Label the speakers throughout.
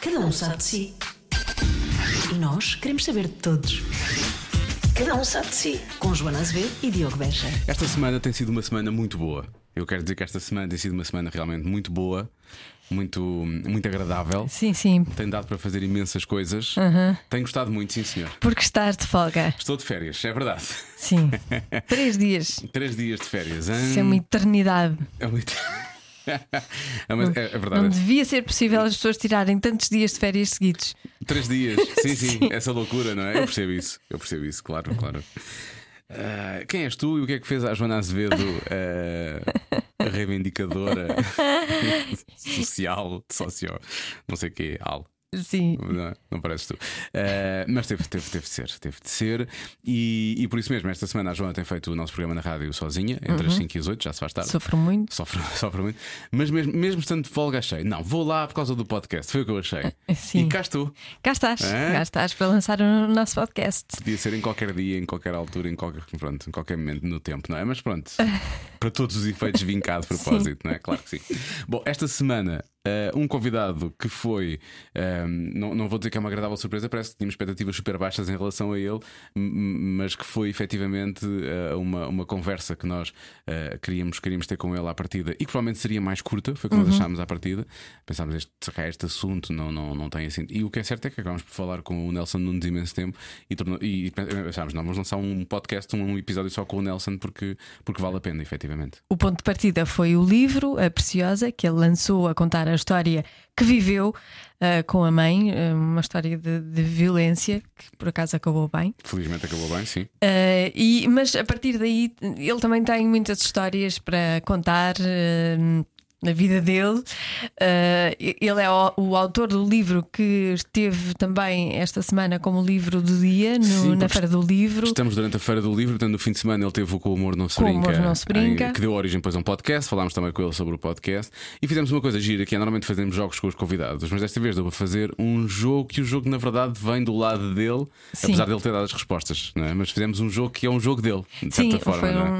Speaker 1: Cada um sabe de si. E nós queremos saber de todos. Cada um sabe de si. Com Joana Azevedo e Diogo Beja.
Speaker 2: Esta semana tem sido uma semana muito boa. Eu quero dizer que esta semana tem sido uma semana realmente muito boa, muito, muito agradável.
Speaker 3: Sim, sim.
Speaker 2: Tem dado para fazer imensas coisas.
Speaker 3: Uhum.
Speaker 2: Tenho gostado muito, sim, senhor.
Speaker 3: Porque estás de folga.
Speaker 2: Estou de férias, é verdade.
Speaker 3: Sim. Três dias.
Speaker 2: Três dias de férias.
Speaker 3: Isso é
Speaker 2: hein?
Speaker 3: uma eternidade.
Speaker 2: É muito. É,
Speaker 3: Hum.
Speaker 2: mas é- é
Speaker 3: Não
Speaker 2: verdade.
Speaker 3: devia ser possível as pessoas tirarem tantos dias de férias seguidos.
Speaker 2: Três dias. Sim, sim, essa loucura, não é? Eu percebo isso. Eu percebo isso, claro, claro. Ah, quem és tu e o que é que fez a Joana Azevedo, ah, a reivindicadora social, socio, não sei o quê, al.
Speaker 3: Sim.
Speaker 2: Não, não pareces tu. Eh, mas teve, teve, teve de ser, teve de ser. E, e por isso mesmo, esta semana a Joana tem feito o nosso programa na rádio sozinha, entre as 5 e as 8, já se faz tarde.
Speaker 3: Sofro muito.
Speaker 2: Sofre, sofre muito. Mas mesmo, mesmo estando de folga, achei. Não, vou lá por causa do podcast, foi o que eu achei.
Speaker 3: Sim.
Speaker 2: E cá estou.
Speaker 3: Cá estás.
Speaker 2: É?
Speaker 3: Cá estás para lançar o nosso podcast.
Speaker 2: Podia ser em qualquer dia, em qualquer altura, em qualquer, pronto, em qualquer momento no tempo, não é? Mas pronto, para todos os efeitos, vim cá de propósito, não é? Claro que sim. Bom, esta semana, eh, um convidado que foi, eh, não, não vou dizer que é uma agradável surpresa, parece que tínhamos expectativas super baixas em relação a ele, m- m- mas que foi efetivamente eh, uma, uma conversa que nós eh, queríamos, queríamos ter com ele à partida e que provavelmente seria mais curta, foi o que nós achámos à partida. Pensámos, este, este assunto não, não, não tem assim. E o que é certo é que acabámos por falar com o Nelson Nunes imenso tempo e, tornou, e, e pensámos, não, vamos lançar um podcast, um episódio só com o Nelson porque, porque vale a pena, efetivamente.
Speaker 3: O ponto de partida foi o livro, A Preciosa, que ele lançou a contar a história que viveu ah, com a mãe, ah, uma história de, de violência, que por acaso acabou bem.
Speaker 2: Felizmente acabou bem, sim.
Speaker 3: Eh, e- mas a partir daí ele também tem muitas histórias para contar eh, na vida dele. Eh, ele é o, o autor do livro que esteve também esta semana como livro do dia no-
Speaker 2: Sim,
Speaker 3: na
Speaker 2: porque
Speaker 3: Feira do Livro.
Speaker 2: Estamos durante a Feira do Livro, portanto, no fim de semana ele teve o Com o Humor Não Se
Speaker 3: Com o
Speaker 2: Brinca,
Speaker 3: Humor Não Se Brinca.
Speaker 2: em- que deu origem depois a um podcast. Falámos também com ele sobre o podcast e fizemos uma coisa gira que é normalmente fazemos jogos com os convidados, mas desta vez deu para fazer um jogo que o jogo na verdade vem do lado dele,
Speaker 3: Sim.
Speaker 2: apesar dele ter dado as respostas, não é? mas fizemos um jogo que é um jogo dele, de certa
Speaker 3: Sim,
Speaker 2: forma.
Speaker 3: foi
Speaker 2: não é?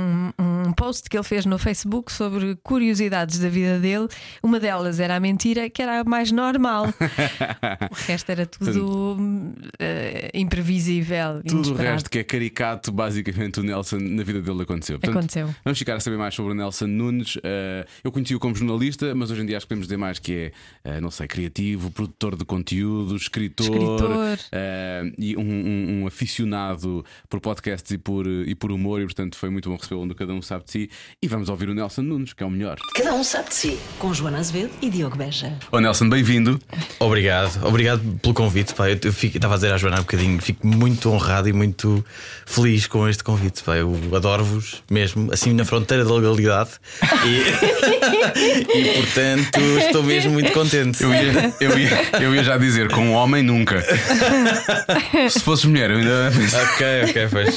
Speaker 3: um, um post que ele fez no Facebook sobre curiosidades da vida dele. Uma delas era a mentira, que era a mais normal. o resto era tudo eh, imprevisível.
Speaker 2: Tudo o
Speaker 3: inesperado.
Speaker 2: resto que é caricato, basicamente, o Nelson na vida dele aconteceu.
Speaker 3: Aconteceu.
Speaker 2: Vamos ficar a saber mais sobre o Nelson Nunes. Eh, eu conheci-o como jornalista, mas hoje em dia acho que podemos dizer mais que é, eh, não sei, criativo, produtor de conteúdo, escritor,
Speaker 3: Escritor.
Speaker 2: eh, e um, um- um aficionado por podcasts e por, e por humor. E portanto foi muito bom recebê-lo no Cada Um Sabe de Si. E vamos ouvir o Nelson Nunes, que é o melhor.
Speaker 1: Cada um sabe de si. Com Joana Azevedo e Diogo Beja.
Speaker 2: Ô Nelson, bem-vindo.
Speaker 4: Obrigado, obrigado pelo convite. Pá. Eu eu fico- estava a dizer à Joana há um bocadinho, fico muito honrado e muito feliz com este convite. Pá. Eu adoro-vos mesmo, assim na fronteira da legalidade. E, e, portanto estou mesmo muito contente.
Speaker 2: Eu ia, eu, ia, eu ia já dizer, com um homem nunca. Se fosse mulher, eu ainda.
Speaker 4: Ok, ok, pois.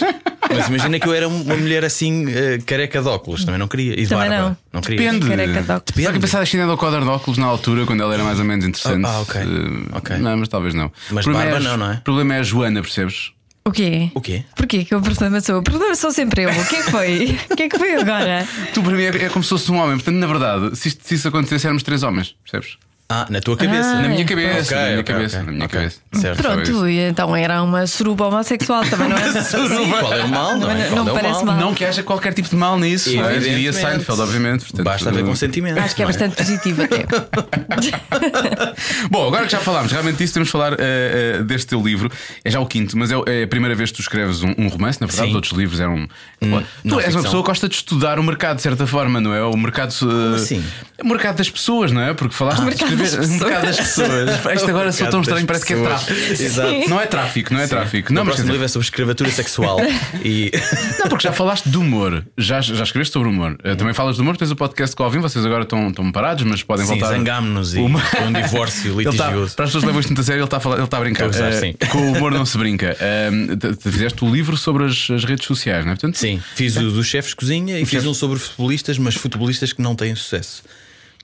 Speaker 4: Mas imagina que eu era uma mulher assim, eh, careca de óculos, também não queria. E de
Speaker 3: Também
Speaker 4: barba.
Speaker 3: não.
Speaker 4: queria.
Speaker 2: Depende.
Speaker 3: Careca de óculos.
Speaker 2: Depende. Será que pensava que ainda quadro de óculos na altura, quando ela era mais ou menos interessante?
Speaker 4: Ah, ah, ok.
Speaker 2: Eh,
Speaker 4: Ok.
Speaker 2: Não, mas talvez não.
Speaker 4: Mas
Speaker 2: O problema
Speaker 4: barba
Speaker 2: é a-
Speaker 4: não, não é?
Speaker 2: O problema é a Joana, percebes?
Speaker 3: O quê?
Speaker 4: O quê?
Speaker 3: Porquê que o problema sou? O problema sou sempre eu. O que é que foi? O que é que foi agora?
Speaker 2: Tu para mim é, é como se fosse um homem, portanto, na verdade, se, isto- se isso acontecesse, éramos três homens, percebes?
Speaker 4: Ah, na tua cabeça.
Speaker 3: Ah,
Speaker 2: Na minha
Speaker 3: é.
Speaker 2: cabeça,
Speaker 4: Ok,
Speaker 2: na minha
Speaker 4: ok,
Speaker 2: cabeça,
Speaker 4: ok.
Speaker 2: na minha
Speaker 4: Ok.
Speaker 2: cabeça.
Speaker 4: Certo.
Speaker 2: Talvez.
Speaker 3: Pronto, e então era uma suruba homossexual também, não era?
Speaker 4: Sim, Qual é o mal? Não, é?
Speaker 3: Não
Speaker 4: Qual é o
Speaker 3: parece mal.
Speaker 2: Não que haja qualquer tipo de mal nisso, não é?
Speaker 4: Evidentemente.
Speaker 2: Diria Seinfeld, obviamente. portanto,
Speaker 4: Basta haver
Speaker 2: eh,
Speaker 4: consentimento.
Speaker 3: Acho que é
Speaker 4: não
Speaker 3: bastante positivo até.
Speaker 2: Bom, agora que já falámos realmente disso, temos de falar eh, eh, deste teu livro. É já o quinto, mas é, o- é a primeira vez que tu escreves um, um romance. Na verdade,
Speaker 4: Sim. Hum,
Speaker 2: os outros livros eram. tu
Speaker 4: não
Speaker 2: és uma
Speaker 4: ficção.
Speaker 2: pessoa que gosta de estudar o mercado, de certa forma, não é? O mercado. eh,
Speaker 4: assim?
Speaker 2: O mercado das pessoas, não é? Porque falaste de
Speaker 3: mercado
Speaker 2: escrever.
Speaker 3: das
Speaker 2: O mercado das pessoas. Isto agora sou
Speaker 4: mercado
Speaker 2: tão estranho,
Speaker 4: das
Speaker 2: parece que é
Speaker 4: pessoas.
Speaker 2: tráfico.
Speaker 4: Exato.
Speaker 2: Não é tráfico, não é tráfico. Não,
Speaker 4: o
Speaker 2: mas quer
Speaker 4: próximo
Speaker 2: dizer,
Speaker 4: livro é sobre escravatura sexual e
Speaker 2: não, porque já falaste de humor, já, já escreveste sobre humor. Eh, Também falas de humor, tens o podcast com o Alvin, vocês agora estão, estão parados, mas podem
Speaker 4: Sim,
Speaker 2: voltar.
Speaker 4: zangámonos e
Speaker 2: Uma-
Speaker 4: foi um divórcio
Speaker 2: Ele tá-
Speaker 4: litigioso.
Speaker 2: para as pessoas que levam isto muito a sério, ele está a, falar- ele tá a brincar.
Speaker 4: Estou a usar,
Speaker 2: Eh,
Speaker 4: sim.
Speaker 2: com o humor não se brinca. Eh, te- te fizeste o livro sobre as, as redes sociais, não é? Portanto,
Speaker 4: Sim, fiz o dos chefes de cozinha e fiz um sobre futebolistas, mas futebolistas que não têm sucesso.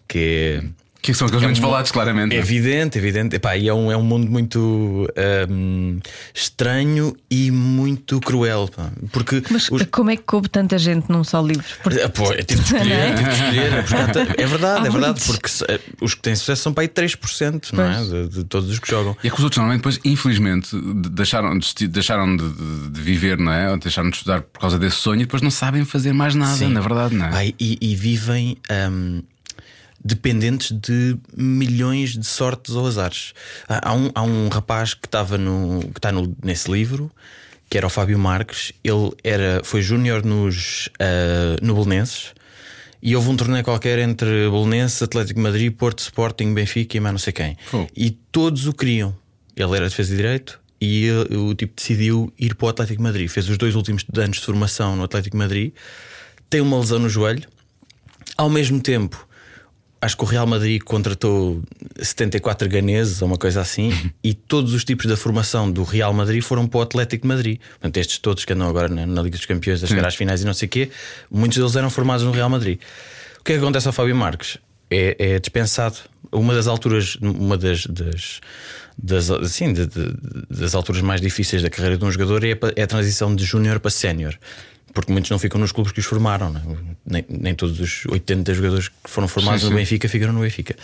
Speaker 4: Que é
Speaker 2: Que são aqueles menos
Speaker 4: um-
Speaker 2: falados, claramente.
Speaker 4: É evidente, é evidente. Epá, e é, um, é um mundo muito hum, estranho e muito cruel. pá. Porque
Speaker 3: Mas
Speaker 4: os-
Speaker 3: como é que coube tanta gente num só livro? Porque
Speaker 4: Ah, Pô, eu tive de escolher, tive de escolher. é porque há- É
Speaker 3: Há
Speaker 4: verdade, é verdade,
Speaker 3: muitos.
Speaker 4: porque se- eh, os que têm sucesso são para aí 3%, não é?
Speaker 3: Pois.
Speaker 4: De, de todos os que jogam.
Speaker 2: E é que os outros normalmente depois, infelizmente, de- deixaram, desisti- deixaram de, de- de viver, não é? Ou deixaram de estudar por causa desse sonho e depois não sabem fazer mais nada,
Speaker 4: Sim.
Speaker 2: na verdade, não é?
Speaker 4: Ai, e, e vivem hum, dependentes de milhões de sortes ou azares. Há, há um, há um rapaz que estava no que está no- nesse livro. Que era o Fábio Marques, ele era, foi júnior nos ah, no Belenenses e houve um torneio qualquer entre Belenenses, Atlético de Madrid, Porto Sporting, Benfica e mais não sei quem.
Speaker 2: Fogo.
Speaker 4: E todos o queriam. Ele era defesa de direito e eh, o tipo decidiu ir para o Atlético de Madrid. Fez os dois últimos anos de formação no Atlético de Madrid, tem uma lesão no joelho. Ao mesmo tempo, acho que o Real Madrid contratou 74 ganeses ou uma coisa assim, e todos os tipos da formação do Real Madrid foram para o Atlético de Madrid. Portanto, estes todos que andam agora na, na Liga dos Campeões a chegar às finais e não sei o quê, muitos deles eram formados no Real Madrid. O que é que acontece ao Fábio Marques? É, é dispensado. Uma das alturas, uma das, das, das, assim, de- de- das alturas mais difíceis da carreira de um jogador é a pa- é a transição de júnior para sénior. Porque muitos não ficam nos clubes que os formaram, né? nem, nem todos os 80 jogadores que foram formados
Speaker 2: Sim,
Speaker 4: no
Speaker 2: sim.
Speaker 4: Benfica ficaram no Benfica.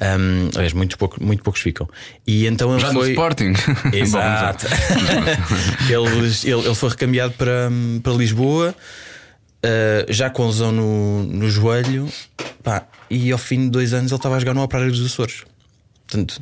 Speaker 4: Ahm, aliás, muito, pouco, muito poucos ficam. E então ele
Speaker 2: Já no
Speaker 4: foi.
Speaker 2: Sporting.
Speaker 4: Exato. Eles- ele, ele foi recambiado para, para Lisboa, ah, já com lesão no, no joelho, pá, e ao fim de dois anos ele estava a jogar no Operário dos Açores. Portanto,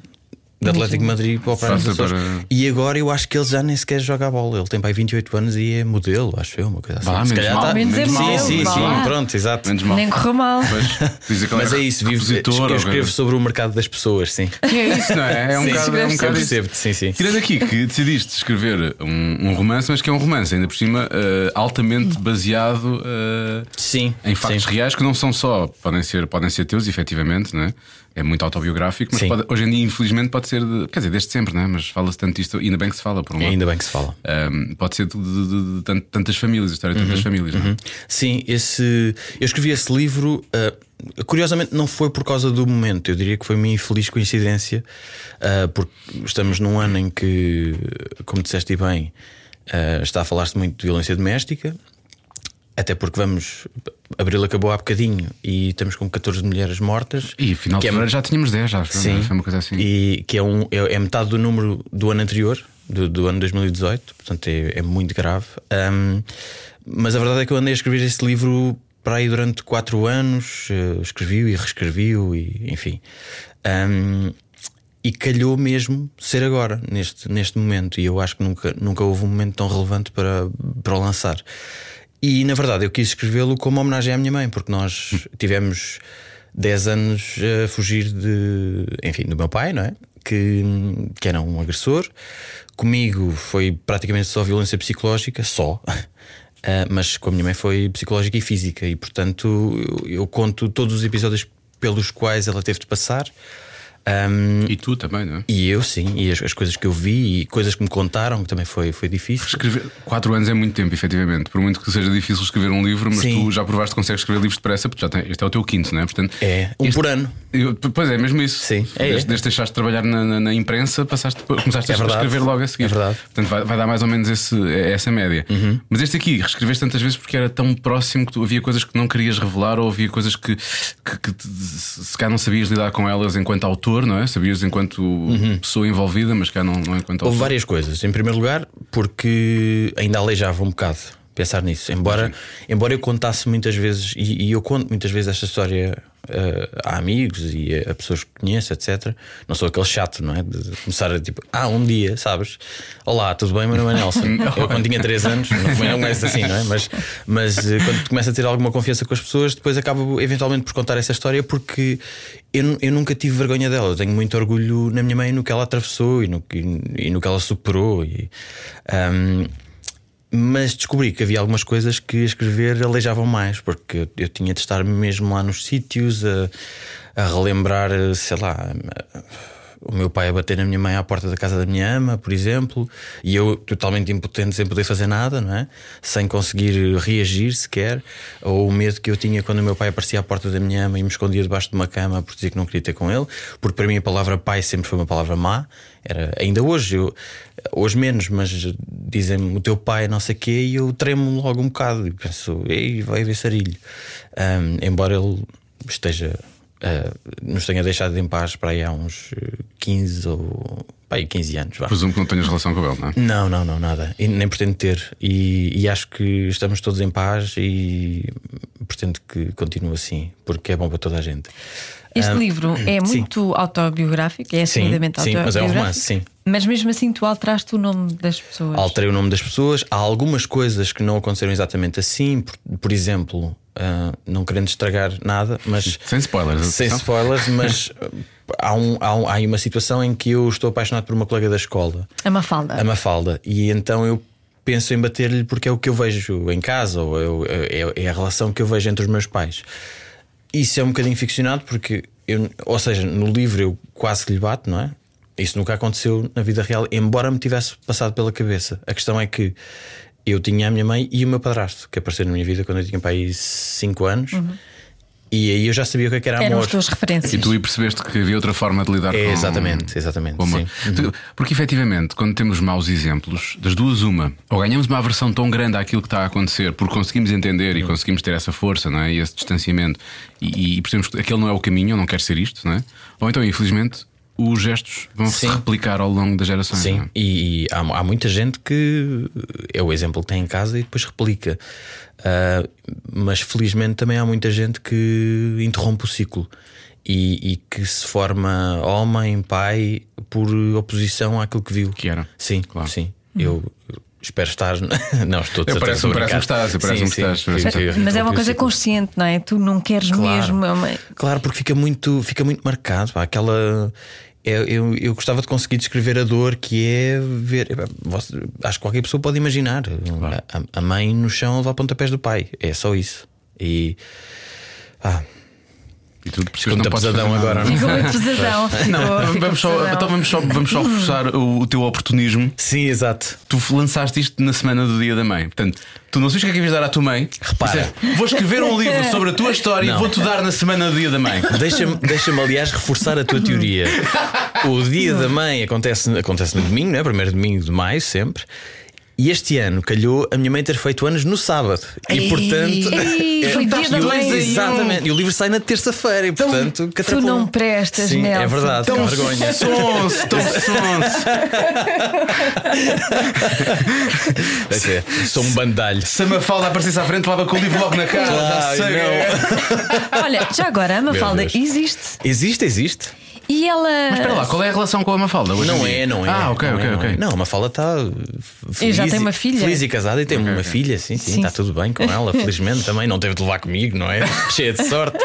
Speaker 4: do Atlético de Madrid para o Operário dos
Speaker 2: Falta
Speaker 4: Açores.
Speaker 2: para-
Speaker 4: E agora eu acho que ele já nem sequer joga a bola. Ele tem pai 28 anos e é modelo, acho eu, uma coisa assim.
Speaker 2: Vá lá, menos mal.
Speaker 3: Menos é
Speaker 4: Sim,
Speaker 3: mal,
Speaker 4: sim,
Speaker 3: vá
Speaker 4: sim,
Speaker 3: lá.
Speaker 4: pronto, exato.
Speaker 2: Menos mal.
Speaker 3: nem correu mal.
Speaker 2: Pois, dizem que ele
Speaker 4: Mas
Speaker 2: era
Speaker 4: é isso, vivo.
Speaker 2: repositor,
Speaker 4: Eu
Speaker 2: ou
Speaker 4: escrevo
Speaker 2: coisa.
Speaker 4: sobre o mercado das pessoas, sim.
Speaker 2: É isso, não é? É um
Speaker 4: Sim,
Speaker 2: bocado, é um
Speaker 4: eu
Speaker 2: bocado isso.
Speaker 4: percebo-te, sim, sim.
Speaker 2: Tirando aqui que decidiste escrever um, um romance, mas que é um romance, ainda por cima, eh, altamente baseado eh,
Speaker 4: Sim,
Speaker 2: em factos
Speaker 4: sim.
Speaker 2: reais que não são só, podem ser, podem ser teus, efetivamente, né? é muito autobiográfico, mas
Speaker 4: Sim.
Speaker 2: pode- hoje em dia, infelizmente, pode ser, de- quer dizer, desde sempre, né? mas fala-se tanto disto, ainda bem que se fala, por um lado.
Speaker 4: Ainda bem que se fala.
Speaker 2: Ahm, pode ser de, de- de- de tant- tantas famílias, a história de tantas
Speaker 4: Uhum.
Speaker 2: famílias. não é?
Speaker 4: Sim, esse, eu escrevi esse livro. ah, curiosamente, não foi por causa do momento, eu diria que foi uma infeliz coincidência, ah, porque estamos num ano em que, como disseste bem, ah, está a falar-se muito de violência doméstica. Até porque vamos. Abril acabou há bocadinho e estamos com 14 mulheres mortas.
Speaker 2: E final de
Speaker 4: que é-
Speaker 2: fevereiro já tínhamos 10, já, acho, não é?
Speaker 4: Sim.
Speaker 2: foi uma coisa assim.
Speaker 4: E que é, um, é, é metade do número do ano anterior, do, do ano 2018, portanto é, é muito grave. Ahm, mas a verdade é que eu andei a escrever este livro para aí durante quatro anos, eh, escrevi-o e reescrevi-o, e, enfim. Ahm, e calhou mesmo ser agora, neste, neste momento. E eu acho que nunca, nunca houve um momento tão relevante para, para o lançar. E na verdade eu quis escrevê-lo como homenagem à minha mãe, porque nós tivemos 10 anos a fugir de, enfim, do meu pai, não é? Que, que era um agressor. Comigo foi praticamente só violência psicológica, só. Ah, mas com a minha mãe foi psicológica e física, e portanto eu, eu conto todos os episódios pelos quais ela teve de passar. Ahm,
Speaker 2: E tu também, não é?
Speaker 4: e eu sim, e as, as coisas que eu vi e coisas que me contaram, que também foi, foi difícil.
Speaker 2: Escrever 4 anos é muito tempo, efetivamente. Por muito que seja difícil escrever um livro, mas
Speaker 4: Sim.
Speaker 2: tu já provaste que consegues escrever livros depressa, porque já tem, este é o teu quinto, não é? Portanto,
Speaker 4: É, um
Speaker 2: este-
Speaker 4: por ano.
Speaker 2: Eu- pois é, mesmo isso.
Speaker 4: Sim,
Speaker 2: desde,
Speaker 4: é, é.
Speaker 2: desde que deixaste de trabalhar na, na- na imprensa, passaste, começaste
Speaker 4: É
Speaker 2: a
Speaker 4: verdade.
Speaker 2: escrever logo a seguir.
Speaker 4: É verdade. Uhum.
Speaker 2: Portanto, vai, vai dar mais ou menos esse- essa média. Mas este aqui, reescreveste tantas vezes porque era tão próximo que tu havia coisas que não querias revelar ou havia coisas que, que, que te- se calhar não sabias lidar com elas enquanto autor, não é? Sabias enquanto pessoa envolvida, mas cá não, não enquanto
Speaker 4: Uhum. Então, Houve
Speaker 2: autor.
Speaker 4: várias coisas. Em primeiro lugar, porque ainda aleijava um bocado pensar nisso. Embora, embora eu contasse muitas vezes, e, e eu conto muitas vezes esta história eh, a amigos e a, a pessoas que conheço, etc. Não sou aquele chato, não é? De de começar a tipo, ah, um dia, sabes? Olá, tudo bem? Meu nome é Nelson. eu quando tinha 3 anos, não foi- não começa assim, não é? Mas, mas eh, quando começa a ter alguma confiança com as pessoas, depois acabo eventualmente por contar essa história porque eu, nu- eu nunca tive vergonha dela. Eu tenho muito orgulho na minha mãe e no que ela atravessou e no, que- e no que ela superou. E, ahm, mas descobri que havia algumas coisas que a escrever aleijavam mais, porque eu, eu tinha de estar mesmo lá nos sítios a, a relembrar, eh, sei lá, o meu pai a bater na minha mãe à porta da casa da minha ama, por exemplo, e eu totalmente impotente sem poder fazer nada, não é? Sem conseguir reagir sequer, ou o medo que eu tinha quando o meu pai aparecia à porta da minha ama e me escondia debaixo de uma cama por dizer que não queria ter com ele, porque para mim a palavra pai sempre foi uma palavra má. Era, ainda hoje, eu, hoje menos, mas dizem-me o teu pai não sei quê, e eu tremo logo um bocado e penso, ei, vai haver sarilho. Ahm, embora ele esteja ah, nos tenha deixado em paz para aí há uns eh, 15 ou pá, aí 15 anos. Vá.
Speaker 2: Presumo que não tenhas relação com ele, não é?
Speaker 4: Não, não, não, nada. E nem pretendo ter. E, e acho que estamos todos em paz e pretendo que continue assim, porque é bom para toda a gente.
Speaker 3: Este
Speaker 4: Ah,
Speaker 3: livro é
Speaker 4: sim.
Speaker 3: muito autobiográfico, é
Speaker 4: Sim,
Speaker 3: assumidamente
Speaker 4: sim,
Speaker 3: autobiográfico.
Speaker 4: mas é um romance, sim.
Speaker 3: Mas mesmo assim tu alteraste o nome das pessoas.
Speaker 4: Alterei o nome das pessoas. Há algumas coisas que não aconteceram exatamente assim. Por, por exemplo, ah, não querendo estragar nada, mas.
Speaker 2: Sem spoilers,
Speaker 4: Sem
Speaker 2: atenção.
Speaker 4: spoilers, mas ah, há, um- há um- há aí uma situação em que eu estou apaixonado por uma colega da escola.
Speaker 3: A Mafalda.
Speaker 4: a Mafalda. E então eu penso em bater-lhe porque é o que eu vejo em casa, ou eu- é, é a relação que eu vejo entre os meus pais. Isso é um bocadinho ficcionado porque, eu, ou seja, no livro eu quase que lhe bato, não é? Isso nunca aconteceu na vida real, embora me tivesse passado pela cabeça. A questão é que eu tinha a minha mãe e o meu padrasto, que apareceu na minha vida quando eu tinha para aí 5 anos, e aí eu já sabia o que, é que era amor.
Speaker 3: Eram as tuas referências.
Speaker 2: E tu aí percebeste que havia outra forma de lidar
Speaker 4: É,
Speaker 2: com
Speaker 4: exatamente, exatamente,
Speaker 2: com o amor.
Speaker 4: sim. Uhum.
Speaker 2: Tu- Porque efetivamente, quando temos maus exemplos, das duas, uma, ou ganhamos uma aversão tão grande àquilo que está a acontecer, porque conseguimos entender e
Speaker 4: Uhum.
Speaker 2: conseguimos ter essa força não é? e esse distanciamento, e, e percebemos que aquele não é o caminho, eu não quero ser isto, não é? ou então, infelizmente, os gestos vão se
Speaker 4: Sim.
Speaker 2: replicar ao longo das gerações. não
Speaker 4: Sim,
Speaker 2: é?
Speaker 4: e, e há, há muita gente que é o exemplo que tem em casa e depois replica. Ah, mas felizmente também há muita gente que interrompe o ciclo e, e que se forma homem, pai, por oposição àquilo que viu.
Speaker 2: Que era.
Speaker 4: Sim,
Speaker 2: Claro.
Speaker 4: sim. Eu espero estar. Não, estou de
Speaker 2: Eu
Speaker 4: certeza
Speaker 2: parece-
Speaker 4: a brincar.
Speaker 2: parece-me que estás, eu parece-me
Speaker 4: Sim,
Speaker 2: que
Speaker 4: sim,
Speaker 2: estás, parece-me
Speaker 4: eu-
Speaker 2: que estás.
Speaker 4: eu
Speaker 3: Mas é uma
Speaker 4: interrompi o
Speaker 3: coisa
Speaker 4: ciclo.
Speaker 3: consciente, não é? Tu não queres
Speaker 4: Claro.
Speaker 3: mesmo. é uma-
Speaker 4: Claro, porque fica muito, fica muito marcado. pá, aquela. é- eu, eu gostava de conseguir descrever a dor que é ver. epá, você- acho que qualquer pessoa pode imaginar. A, a mãe no chão a levar pontapés do pai. É só isso. E. Ah,
Speaker 2: E tu percebes que
Speaker 4: conta
Speaker 2: não podes fazer
Speaker 4: pesadão
Speaker 2: nada.
Speaker 4: agora.
Speaker 3: Ficou muito pesadão. Ficou,
Speaker 2: Não,
Speaker 3: ficou
Speaker 2: vamos só,
Speaker 3: pesadão.
Speaker 2: então vamos só, vamos só reforçar o, o teu oportunismo.
Speaker 4: Sim, exato.
Speaker 2: Tu lançaste isto na semana do Dia da Mãe. Portanto, tu não sabes o que é que ias dar à tua mãe.
Speaker 4: Repara.
Speaker 2: Disseste, vou escrever um livro sobre a tua história e
Speaker 4: Não.
Speaker 2: vou-te dar na semana do Dia da Mãe.
Speaker 4: Deixa-me, deixa-me, aliás, reforçar a tua teoria. O dia da mãe acontece, acontece no domingo, não é? Primeiro domingo de maio, sempre. E este ano calhou a minha mãe ter feito anos no sábado. E portanto.
Speaker 3: Ei, foi dia da
Speaker 4: E o-
Speaker 3: mãe.
Speaker 4: Exatamente. E o livro sai na terça-feira e, portanto,
Speaker 3: Tu
Speaker 4: catrapou.
Speaker 3: não prestas,
Speaker 4: Sim,
Speaker 3: Nelson.
Speaker 4: é verdade,
Speaker 2: Tão
Speaker 4: com vergonha.
Speaker 2: sonso, tão sonso.
Speaker 4: Deixa eu ver. Sou um bandalho.
Speaker 2: Se a Mafalda aparecesse à frente, levava com o livro logo na cara. já
Speaker 4: Ai,
Speaker 2: sei.
Speaker 4: não.
Speaker 3: Olha, já agora a Mafalda
Speaker 4: Deus.
Speaker 3: existe
Speaker 4: Existe, existe.
Speaker 3: e ela.
Speaker 2: Mas espera lá, qual é a relação com a Mafalda? hoje em
Speaker 4: Não
Speaker 2: dia?
Speaker 4: é, não é.
Speaker 2: Ah, ok,
Speaker 4: não
Speaker 2: ok,
Speaker 4: é, não
Speaker 2: ok.
Speaker 4: é. Não, uma fala está.
Speaker 3: E
Speaker 4: feliz
Speaker 3: já tem
Speaker 4: e-
Speaker 3: uma filha.
Speaker 4: Feliz e casada e tem uma filha, sim, sim.
Speaker 3: Sim.
Speaker 4: Está tudo bem com ela, felizmente também. Não teve de levar comigo, não é? Cheia de sorte.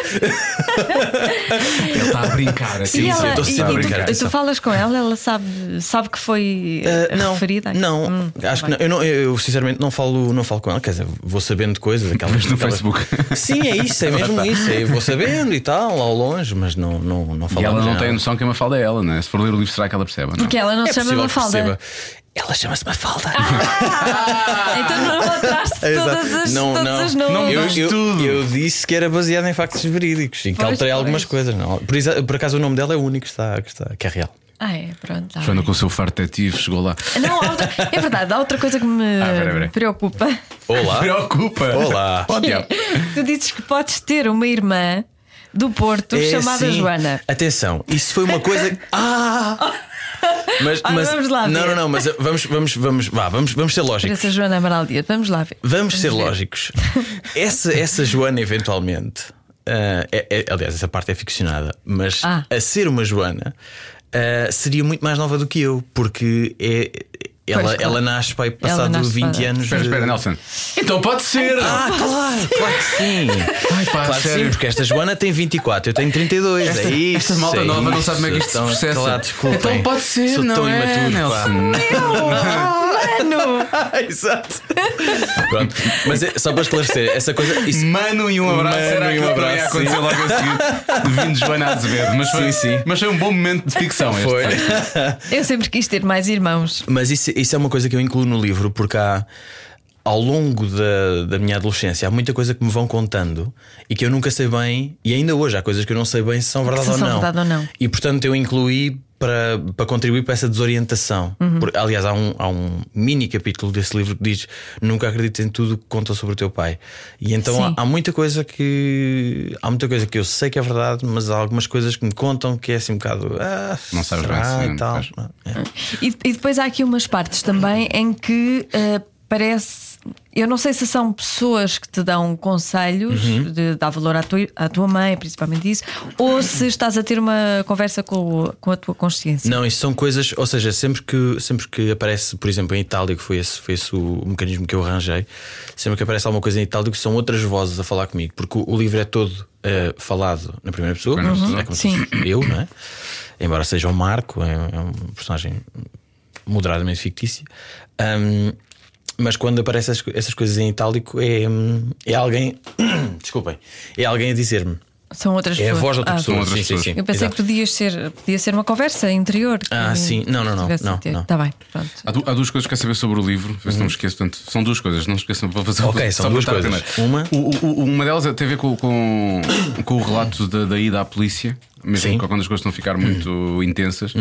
Speaker 2: Ele está a brincar.
Speaker 3: E
Speaker 2: assim,
Speaker 3: ela-
Speaker 4: é. eu tô
Speaker 3: e-
Speaker 4: sempre a
Speaker 3: e tu-
Speaker 4: brincar,
Speaker 3: tu,
Speaker 4: atenção.
Speaker 3: falas com ela, ela sabe, sabe que foi eh,
Speaker 4: Ah, não,
Speaker 3: referida? aqui?
Speaker 4: Não,
Speaker 3: Hum,
Speaker 4: acho
Speaker 3: tá
Speaker 4: que
Speaker 3: bem.
Speaker 4: não. Eu, não- eu, sinceramente não falo, não falo com ela, quer dizer, vou sabendo de coisas. Aquelas,
Speaker 2: Vês no
Speaker 4: aquelas-
Speaker 2: Facebook. tá.
Speaker 4: Sim, é isso, é mesmo isso. Eu vou sabendo e tal, lá ao longe, mas não, não, não
Speaker 2: E
Speaker 4: falo
Speaker 2: ela não tem noção que a Mafalda é ela, né? Se for ler o livro, será que ela percebe? não?
Speaker 3: Porque ela não
Speaker 4: É
Speaker 3: se chama
Speaker 4: possível que
Speaker 3: Mafalda.
Speaker 4: perceba. Ela chama-se Mafalda.
Speaker 2: Ah.
Speaker 3: Então não botaste todas as,
Speaker 4: É, Não,
Speaker 3: todos
Speaker 4: não.
Speaker 3: os nomes.
Speaker 2: Não,
Speaker 4: Eu,
Speaker 2: Mas
Speaker 4: eu-
Speaker 2: tudo.
Speaker 4: eu disse que era baseado em factos verídicos e que
Speaker 3: Pois,
Speaker 4: alterei algumas
Speaker 3: pois.
Speaker 4: coisas. Não. Por, exa- por acaso o nome dela é o único que, está, que, está, que é real.
Speaker 3: Ah, é, pronto. tá
Speaker 2: Joana
Speaker 3: bem.
Speaker 2: com o seu farto detetive chegou lá.
Speaker 3: Não, há outra- é verdade, há outra coisa que me
Speaker 2: Ah, peraí, peraí.
Speaker 3: preocupa.
Speaker 4: Olá.
Speaker 2: Preocupa.
Speaker 4: Ah. Olá.
Speaker 2: Oh, diabo.
Speaker 3: Tu dizes que podes ter uma irmã do Porto
Speaker 4: É,
Speaker 3: chamada
Speaker 4: sim.
Speaker 3: Joana.
Speaker 4: Atenção, isso foi uma coisa. que- Ah! Mas,
Speaker 3: Ai,
Speaker 4: mas-
Speaker 3: vamos lá
Speaker 4: Não,
Speaker 3: ver.
Speaker 4: não, não, mas vamos, vamos, vamos, vá, vamos, vamos ser lógicos.
Speaker 3: Essa Joana Amaral Dias, vamos lá ver.
Speaker 4: Vamos ser
Speaker 3: ver.
Speaker 4: lógicos. Essa, essa Joana, eventualmente, ah, é- é- aliás, essa parte é ficcionada, mas
Speaker 3: Ah.
Speaker 4: eh, a ser uma Joana ah, seria muito mais nova do que eu, porque é, Ela,
Speaker 3: Pois, claro.
Speaker 4: ela nasce, pai, passado
Speaker 3: nasce,
Speaker 4: 20
Speaker 3: pá.
Speaker 4: anos.
Speaker 2: Espera,
Speaker 4: de-
Speaker 2: espera, Nelson. Então pode ser!
Speaker 4: Ah, claro, claro que sim.
Speaker 2: Ai, pá,
Speaker 4: Claro que sim, porque esta Joana tem 24, eu tenho 32. é isso.
Speaker 2: Esta malta
Speaker 4: é
Speaker 2: nova não
Speaker 4: isso.
Speaker 2: sabe como é que isto se
Speaker 4: Então,
Speaker 2: processa.
Speaker 4: claro, desculpem.
Speaker 2: Então pode ser,
Speaker 4: Sou
Speaker 2: não
Speaker 4: tão
Speaker 2: é,
Speaker 4: imaturo, pá.
Speaker 2: Nelson?
Speaker 3: Mano!
Speaker 4: Exato. Pronto. Mas é- só para esclarecer, essa coisa. Isso,
Speaker 2: Mano e um abraço.
Speaker 4: Mano
Speaker 2: Será
Speaker 4: e
Speaker 2: que
Speaker 4: um
Speaker 2: um abraço, ia acontecer
Speaker 4: abraço,
Speaker 2: logo a seguir? Vindo Joana Azevedo. Mas foi,
Speaker 4: Sim, sim.
Speaker 2: mas foi um bom momento de ficção este. tá
Speaker 4: Foi.
Speaker 3: Eu sempre quis ter mais irmãos.
Speaker 4: mas isso, isso é uma coisa que eu incluo no livro, porque há. Ao longo da, da minha adolescência, há muita coisa que me vão contando e que eu nunca sei bem, e ainda hoje há coisas que eu não sei bem se são verdade,
Speaker 3: Se
Speaker 4: ou,
Speaker 3: são
Speaker 4: não.
Speaker 3: verdade ou não.
Speaker 4: E portanto eu incluí para, para contribuir para essa desorientação.
Speaker 3: Uhum.
Speaker 4: Por- aliás, há um, há um mini capítulo desse livro que diz: Nunca acredites em tudo que conta sobre o teu pai. E então
Speaker 3: Sim.
Speaker 4: há, há muita coisa que há muita coisa que eu sei que é verdade, mas há algumas coisas que me contam que é assim um bocado. Ah,
Speaker 2: Não sabes bem
Speaker 4: será
Speaker 2: se-
Speaker 4: e tal.
Speaker 2: pois.
Speaker 4: É.
Speaker 3: E, e depois há aqui umas partes também em que eh, parece. Eu não sei se são pessoas que te dão conselhos
Speaker 4: Uhum.
Speaker 3: de dar valor à tua, à tua mãe, principalmente isso, ou se estás a ter uma conversa com, o- com a tua consciência.
Speaker 4: Não, isso são coisas, ou seja, sempre que, sempre que aparece, por exemplo, em Itália, que foi esse, foi esse o, o mecanismo que eu arranjei, sempre que aparece alguma coisa em Itália, que são outras vozes a falar comigo, porque o, o livro é todo eh, falado na primeira pessoa,
Speaker 3: Uhum.
Speaker 2: Primeira pessoa.
Speaker 4: é como se fosse eu, não é? Embora seja o Marco, é, é um personagem moderadamente fictício. Ahm, mas quando aparecem essas, co- essas coisas em itálico, é, hum, é alguém. Desculpem. É alguém a dizer-me.
Speaker 3: São outras
Speaker 4: É a
Speaker 3: pessoas.
Speaker 4: voz de outra
Speaker 3: Ah,
Speaker 4: pessoa.
Speaker 2: outras
Speaker 4: Sim, sim,
Speaker 2: pessoas.
Speaker 4: sim.
Speaker 3: Eu pensei
Speaker 4: Exato.
Speaker 3: que podias ser, podia ser uma conversa interior. que
Speaker 4: Ah, sim. Não, não, não,
Speaker 3: tivesse
Speaker 4: não,
Speaker 3: a ter.
Speaker 4: não.
Speaker 3: Tá bem, pronto.
Speaker 2: Há, du- há duas coisas que quero saber sobre o livro, ver se não me esqueço. Portanto, são duas coisas, não se esqueçam. Vou fazer
Speaker 4: Uhum. Ok,
Speaker 2: só
Speaker 4: são duas
Speaker 2: botar
Speaker 4: coisas.
Speaker 2: primeiro.
Speaker 4: Uma-
Speaker 2: O- o- o- uma delas é, tem a ver com, com, com o relato da, da ida à polícia, mesmo
Speaker 4: Sim. Uhum.
Speaker 2: que quando as coisas estão a ficar muito intensas.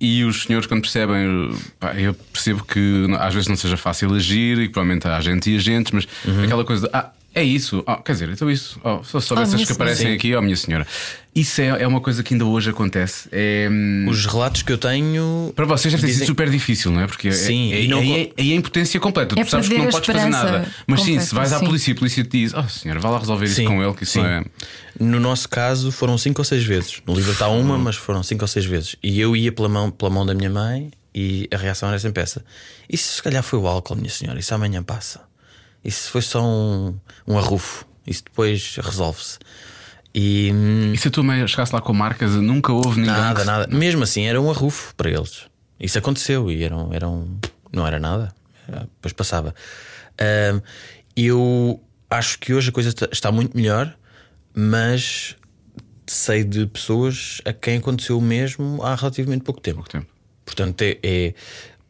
Speaker 2: E os senhores, quando percebem, pá, eu percebo que n- às vezes não seja fácil agir e que provavelmente há agentes e agentes, mas
Speaker 4: Uhum.
Speaker 2: aquela coisa de. Ah, é isso, Ah, quer dizer, então isso, oh,
Speaker 4: Ah,
Speaker 2: só soubesse
Speaker 3: minha
Speaker 2: as que
Speaker 3: senhora.
Speaker 2: aparecem
Speaker 4: é Sim.
Speaker 2: aqui, oh minha senhora. Isso é, é uma coisa que ainda hoje acontece. É, hum,
Speaker 4: Os relatos que eu tenho.
Speaker 2: para vocês deve ter sido
Speaker 4: Dizem-
Speaker 2: super difícil, não é? Porque é-
Speaker 4: Sim,
Speaker 2: é,
Speaker 4: e não-
Speaker 2: aí é, aí é impotência completa.
Speaker 3: É
Speaker 2: tu sabes que não
Speaker 3: perder a
Speaker 2: podes fazer
Speaker 3: esperança
Speaker 2: nada. Mas sim,
Speaker 3: completa,
Speaker 2: se vais à
Speaker 3: sim.
Speaker 2: polícia e a polícia te diz: Oh senhora, vá lá resolver isso com ele, que isso
Speaker 4: sim.
Speaker 2: não é.
Speaker 4: No nosso caso foram cinco ou seis vezes. No livro está uma, mas foram cinco ou seis vezes. E eu ia pela mão, pela mão da minha mãe e a reação era sempre essa. Isso se calhar foi o álcool, minha senhora. Isso amanhã passa. Isso foi só um, um arrufo. Isso depois resolve-se. E hum,
Speaker 2: E se a tua mãe chegasse lá com marcas, nunca houve ninguém.
Speaker 4: nada,
Speaker 2: que-
Speaker 4: nada. Mesmo assim era um arrufo para eles. Isso aconteceu e eram, eram, não era nada. Era- Depois passava. Hum, eu acho que hoje a coisa está- está muito melhor, mas sei de pessoas a quem aconteceu o mesmo há relativamente pouco tempo.
Speaker 2: Pouco tempo.
Speaker 4: Portanto, é, é-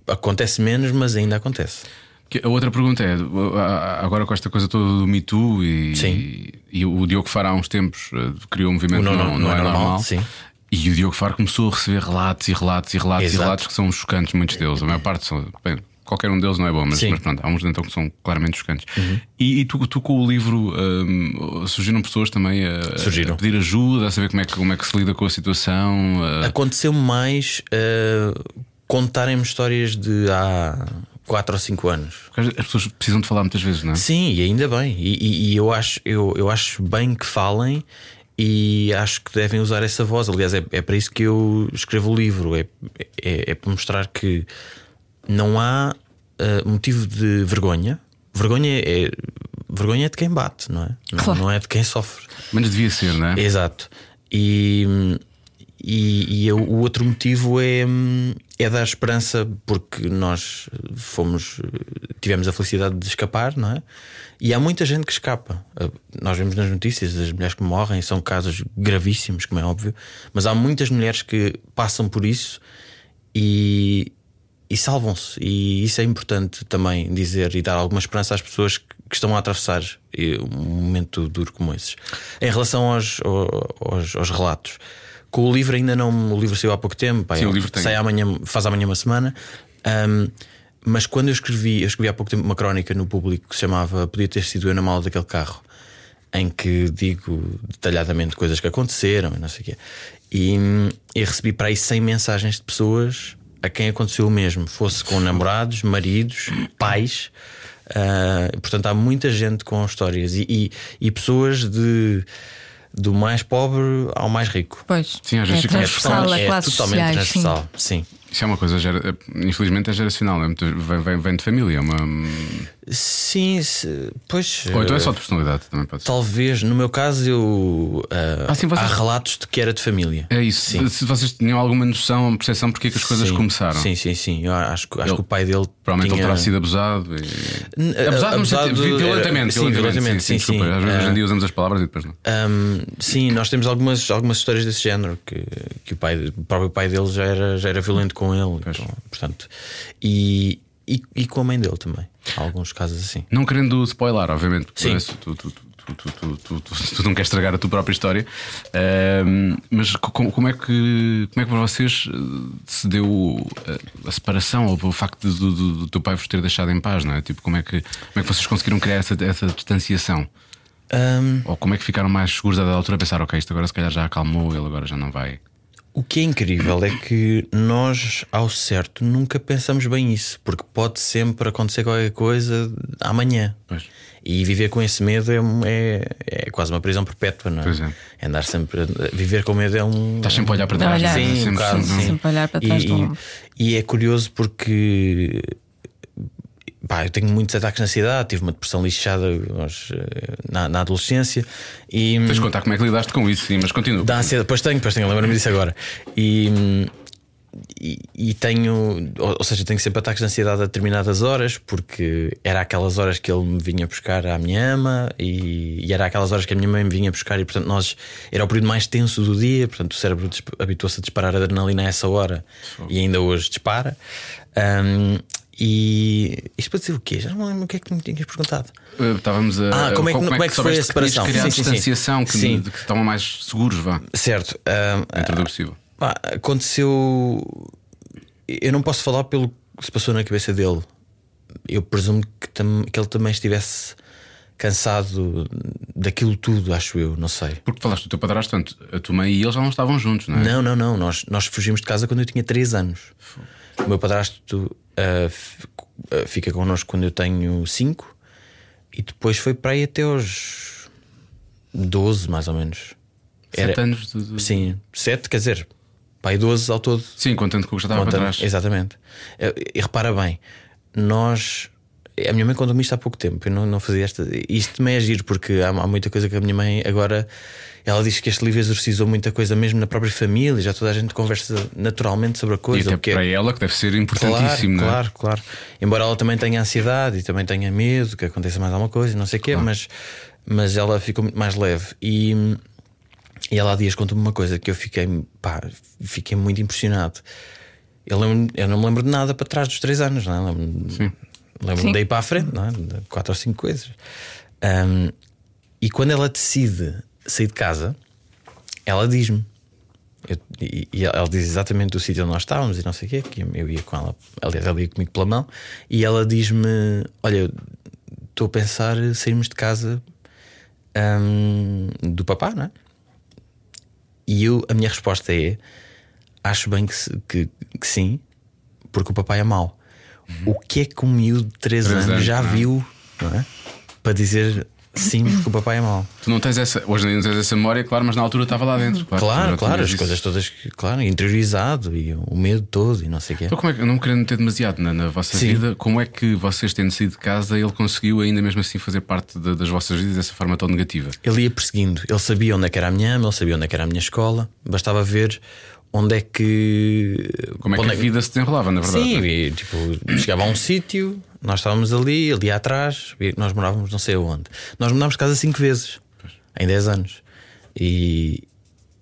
Speaker 4: acontece menos, mas ainda acontece.
Speaker 2: Que A outra pergunta é: a- a- agora com esta coisa toda do Me Too e,
Speaker 4: Sim.
Speaker 2: e o Diogo Faro há uns tempos eh, criou um movimento
Speaker 4: O
Speaker 2: não,
Speaker 4: Não-
Speaker 2: não,
Speaker 4: Não
Speaker 2: é normal.
Speaker 4: sim.
Speaker 2: E o Diogo Faro começou a receber relatos e relatos e relatos e
Speaker 4: Exato.
Speaker 2: relatos que são chocantes, muitos deles. A maior parte são. bem, qualquer um deles não é bom, mas,
Speaker 4: Sim.
Speaker 2: mas pronto, há uns então que são claramente chocantes. E, e tu, tu com o livro hum, surgiram pessoas também a,
Speaker 4: Surgiram.
Speaker 2: a pedir ajuda, a saber como é, que, como é que se lida com a situação. eh, a-
Speaker 4: Aconteceu mais ah, contarem-me histórias de há 4 ou 5 anos.
Speaker 2: porque as pessoas precisam de falar muitas vezes, não é?
Speaker 4: Sim, e ainda bem. E, e- e eu, acho, eu, eu acho bem que falem e acho que devem usar essa voz. Aliás, é, é para isso que eu escrevo o livro. É, é, é para mostrar que não há ah, motivo de vergonha. Vergonha é, vergonha é de quem bate, não é? Não-
Speaker 3: Claro.
Speaker 4: não é de quem sofre.
Speaker 2: Menos devia ser, não é?
Speaker 4: Exato. E, e, e eu- o outro motivo é, hum, é dar esperança, porque nós fomos, eh, tivemos a felicidade de escapar, não é? E há muita gente que escapa. Eh, Nós vemos nas notícias as mulheres que morrem, são casos gravíssimos, como é óbvio, mas há muitas mulheres que passam por isso e, e salvam-se. E isso é importante também dizer e dar alguma esperança às pessoas que, que estão a atravessar eh, um momento duro como esses. Em relação aos, ao- aos, aos relatos, com o livro ainda não. O livro saiu há pouco tempo, pá,
Speaker 2: Sim, o
Speaker 4: eu-
Speaker 2: livro tem-
Speaker 4: sai amanhã, faz amanhã uma semana. Ahm, mas quando eu escrevi, eu escrevi há pouco tempo uma crónica no público que se chamava Podia ter sido eu na mala daquele carro, em que digo detalhadamente coisas que aconteceram e não sei o quê. E, e recebi para aí 100 mensagens de pessoas a quem aconteceu o mesmo, fosse com namorados, maridos, pais. Ah, portanto, há muita gente com histórias e, e- e pessoas de. Do mais pobre ao mais rico.
Speaker 3: Pois.
Speaker 2: Sim, às vezes
Speaker 3: é
Speaker 2: fica- é
Speaker 4: É,
Speaker 3: transversal
Speaker 4: totalmente-
Speaker 3: a
Speaker 4: é
Speaker 3: classes
Speaker 4: totalmente
Speaker 3: sociais. sim.
Speaker 4: transversal, sim.
Speaker 2: Isso é uma coisa, gera- infelizmente é geracional, não é? Muito- vem, vem- vem de família. é Uma...
Speaker 4: Sim, se- pois.
Speaker 2: Ou então é
Speaker 4: eh,
Speaker 2: só de personalidade também pode ser.
Speaker 4: Talvez, no meu caso, eu. ah,
Speaker 2: Ah, sim, vocês-
Speaker 4: Há relatos de que era de família.
Speaker 2: É isso.
Speaker 4: Sim.
Speaker 2: Se vocês tinham alguma noção, percepção porque é que as coisas
Speaker 4: Sim,
Speaker 2: começaram.
Speaker 4: Sim, sim, sim. Eu acho, que- acho
Speaker 2: Ele-
Speaker 4: que o pai dele.
Speaker 2: Provavelmente
Speaker 4: tinha...
Speaker 2: ele terá sido abusado. E...
Speaker 4: N- eh,
Speaker 2: Abusado, no
Speaker 4: abusado
Speaker 2: sentido- vi-
Speaker 4: era-
Speaker 2: tipo, violentamente.
Speaker 4: Sim, violentamente,
Speaker 2: sim,
Speaker 4: sim, sim.
Speaker 2: desculpa. Às vezes
Speaker 4: Ah,
Speaker 2: hoje em dia usamos as palavras e depois não.
Speaker 4: Hum, sim, nós temos algumas, algumas histórias desse género que, que o, pai, o próprio pai dele já era, já era violento com ele, então, portanto, e, e, e com a mãe dele também. Há alguns casos assim.
Speaker 2: Não querendo spoiler, obviamente, porque
Speaker 4: Sim.
Speaker 2: parece- tu, tu, tu, tu, tu, tu, tu- tu- tu não queres estragar a tua própria história, Ahm, mas co- como, como é que, como é que para vocês eh, se deu eh, a separação ou o facto de- do, do- do teu pai vos ter deixado em paz, não é? Tipo, como é que, como é que vocês conseguiram criar essa, essa distanciação?
Speaker 4: Hum,
Speaker 2: Ou como é que ficaram mais seguros a dada altura a pensar, ok, isto agora se calhar já acalmou, ele agora já não vai.
Speaker 4: O que é incrível é que nós, ao certo, nunca pensamos bem isso, porque pode sempre acontecer qualquer coisa amanhã.
Speaker 2: Pois.
Speaker 4: E viver com esse medo é, um- é, é quase uma prisão perpétua, não é?
Speaker 2: Pois é.
Speaker 4: Andar sempre. Viver com medo é um.
Speaker 2: Estás sempre a olhar para trás,
Speaker 3: Olhar.
Speaker 2: não é?
Speaker 4: Sim, um
Speaker 2: sempre,
Speaker 4: bocado,
Speaker 2: sempre-
Speaker 4: sim.
Speaker 3: Sempre olhar para trás
Speaker 4: e,
Speaker 3: do ombro.
Speaker 4: e- e é curioso porque pá, eu tenho muitos ataques de ansiedade, tive uma depressão lixada aos, eh, na, na adolescência e
Speaker 2: Tens de contar como é que lidaste com isso, sim, mas continua.
Speaker 4: da ansiedade, pois tenho, pois tenho, lembro-me disso agora. E, e, e tenho, ou, ou seja, tenho sempre ataques de ansiedade a determinadas horas, porque era aquelas horas que ele me vinha buscar à minha ama e, e era aquelas horas que a minha mãe me vinha buscar, e portanto nós era o período mais tenso do dia, portanto o cérebro dis- habituou-se a disparar adrenalina a essa hora e ainda hoje dispara. Ahm, e isto para dizer o quê? Já não me lembro o que é que me tinhas perguntado.
Speaker 2: Eh, Estávamos a.
Speaker 4: Ah, como é que- como é que foi
Speaker 2: soubeste
Speaker 4: a separação?
Speaker 2: Que tinhas criado
Speaker 4: Sim, sim, sim.
Speaker 2: distanciação que,
Speaker 4: Sim.
Speaker 2: de que estavam mais seguros, vá,
Speaker 4: Certo, ahm,
Speaker 2: dentro do possível.
Speaker 4: Pá, aconteceu. Eu não posso falar pelo que se passou na cabeça dele. Eu presumo que, tam- que ele também estivesse cansado daquilo tudo, acho eu, não sei.
Speaker 2: Porque falaste do teu padrasto, tanto a tua mãe e ele já não estavam juntos, não é?
Speaker 4: Não, não, não. Nós, nós fugimos de casa quando eu tinha 3 anos. O meu padrasto ah, fi- ah, fica connosco quando eu tenho 5 e depois foi para aí até aos 12, mais ou menos.
Speaker 2: Sete
Speaker 4: Era-
Speaker 2: anos de. de...
Speaker 4: Sim, 7, quer dizer, pai 12 ao todo.
Speaker 2: Sim, contando com o que já estava para
Speaker 4: Conta-
Speaker 2: trás.
Speaker 4: Exatamente. E, e repara bem, nós. A minha mãe contou-me isto há pouco tempo. Eu não, não fazia esta. Isto também é giro, porque há, há muita coisa que a minha mãe agora. Ela diz que este livro exorcizou muita coisa, mesmo na própria família. Já toda a gente conversa naturalmente sobre a
Speaker 2: E
Speaker 4: coisa. é
Speaker 2: até
Speaker 4: porque-
Speaker 2: para ela, que deve ser
Speaker 4: Claro,
Speaker 2: importantíssimo, não é?
Speaker 4: claro, claro. Embora ela também tenha ansiedade e também tenha medo que aconteça mais alguma coisa, e não sei o quê, mas, mas ela ficou muito mais leve. E, e ela há dias contou-me uma coisa que eu fiquei, pá, fiquei muito impressionado. Eu, lembro- eu não me lembro de nada para trás dos três anos, não é? Lembro-me lembro daí para a frente, não é? De quatro ou cinco coisas. Ahm, e quando ela decide sair de casa, ela diz-me. Eu- e, e ela diz exatamente o sítio onde nós estávamos e não sei o quê, que eu ia com ela, aliás, ela ia comigo pela mão, e ela diz-me: Olha, eu estou a pensar em sairmos de casa hum, do papá, não é? E eu, a minha resposta é: Acho bem que, se- que- que sim, porque o papai é mau. O que é que um miúdo de 3
Speaker 2: Uhum. Três
Speaker 4: anos,
Speaker 2: anos,
Speaker 4: já
Speaker 2: não é?
Speaker 4: viu não é? para dizer sim, porque o papai é mau?
Speaker 2: Tu não tens essa. Hoje em dia não tens essa memória, claro, mas na altura estava lá dentro. Claro, tu
Speaker 4: Claro,
Speaker 2: já
Speaker 4: claro,
Speaker 2: tinhas
Speaker 4: as
Speaker 2: isso.
Speaker 4: coisas todas, que- claro, interiorizado e o medo todo e não sei o quê.
Speaker 2: Então, como é que, não querendo ter demasiado na, na vossa
Speaker 4: Sim.
Speaker 2: vida, como é que vocês tendo saído de casa ele conseguiu ainda mesmo assim fazer parte da- das vossas vidas dessa forma tão negativa?
Speaker 4: Ele ia perseguindo, ele sabia onde é que era a minha ama, ele sabia onde é que era a minha escola, bastava ver onde é que.
Speaker 2: Como é que
Speaker 4: onde
Speaker 2: a vida se desenrolava, na verdade?
Speaker 4: Sim,
Speaker 2: não é?
Speaker 4: e, tipo, chegava a um sítio, nós estávamos ali, ali atrás, e nós morávamos não sei onde. Nós mudámos de casa cinco vezes em 10 anos. E,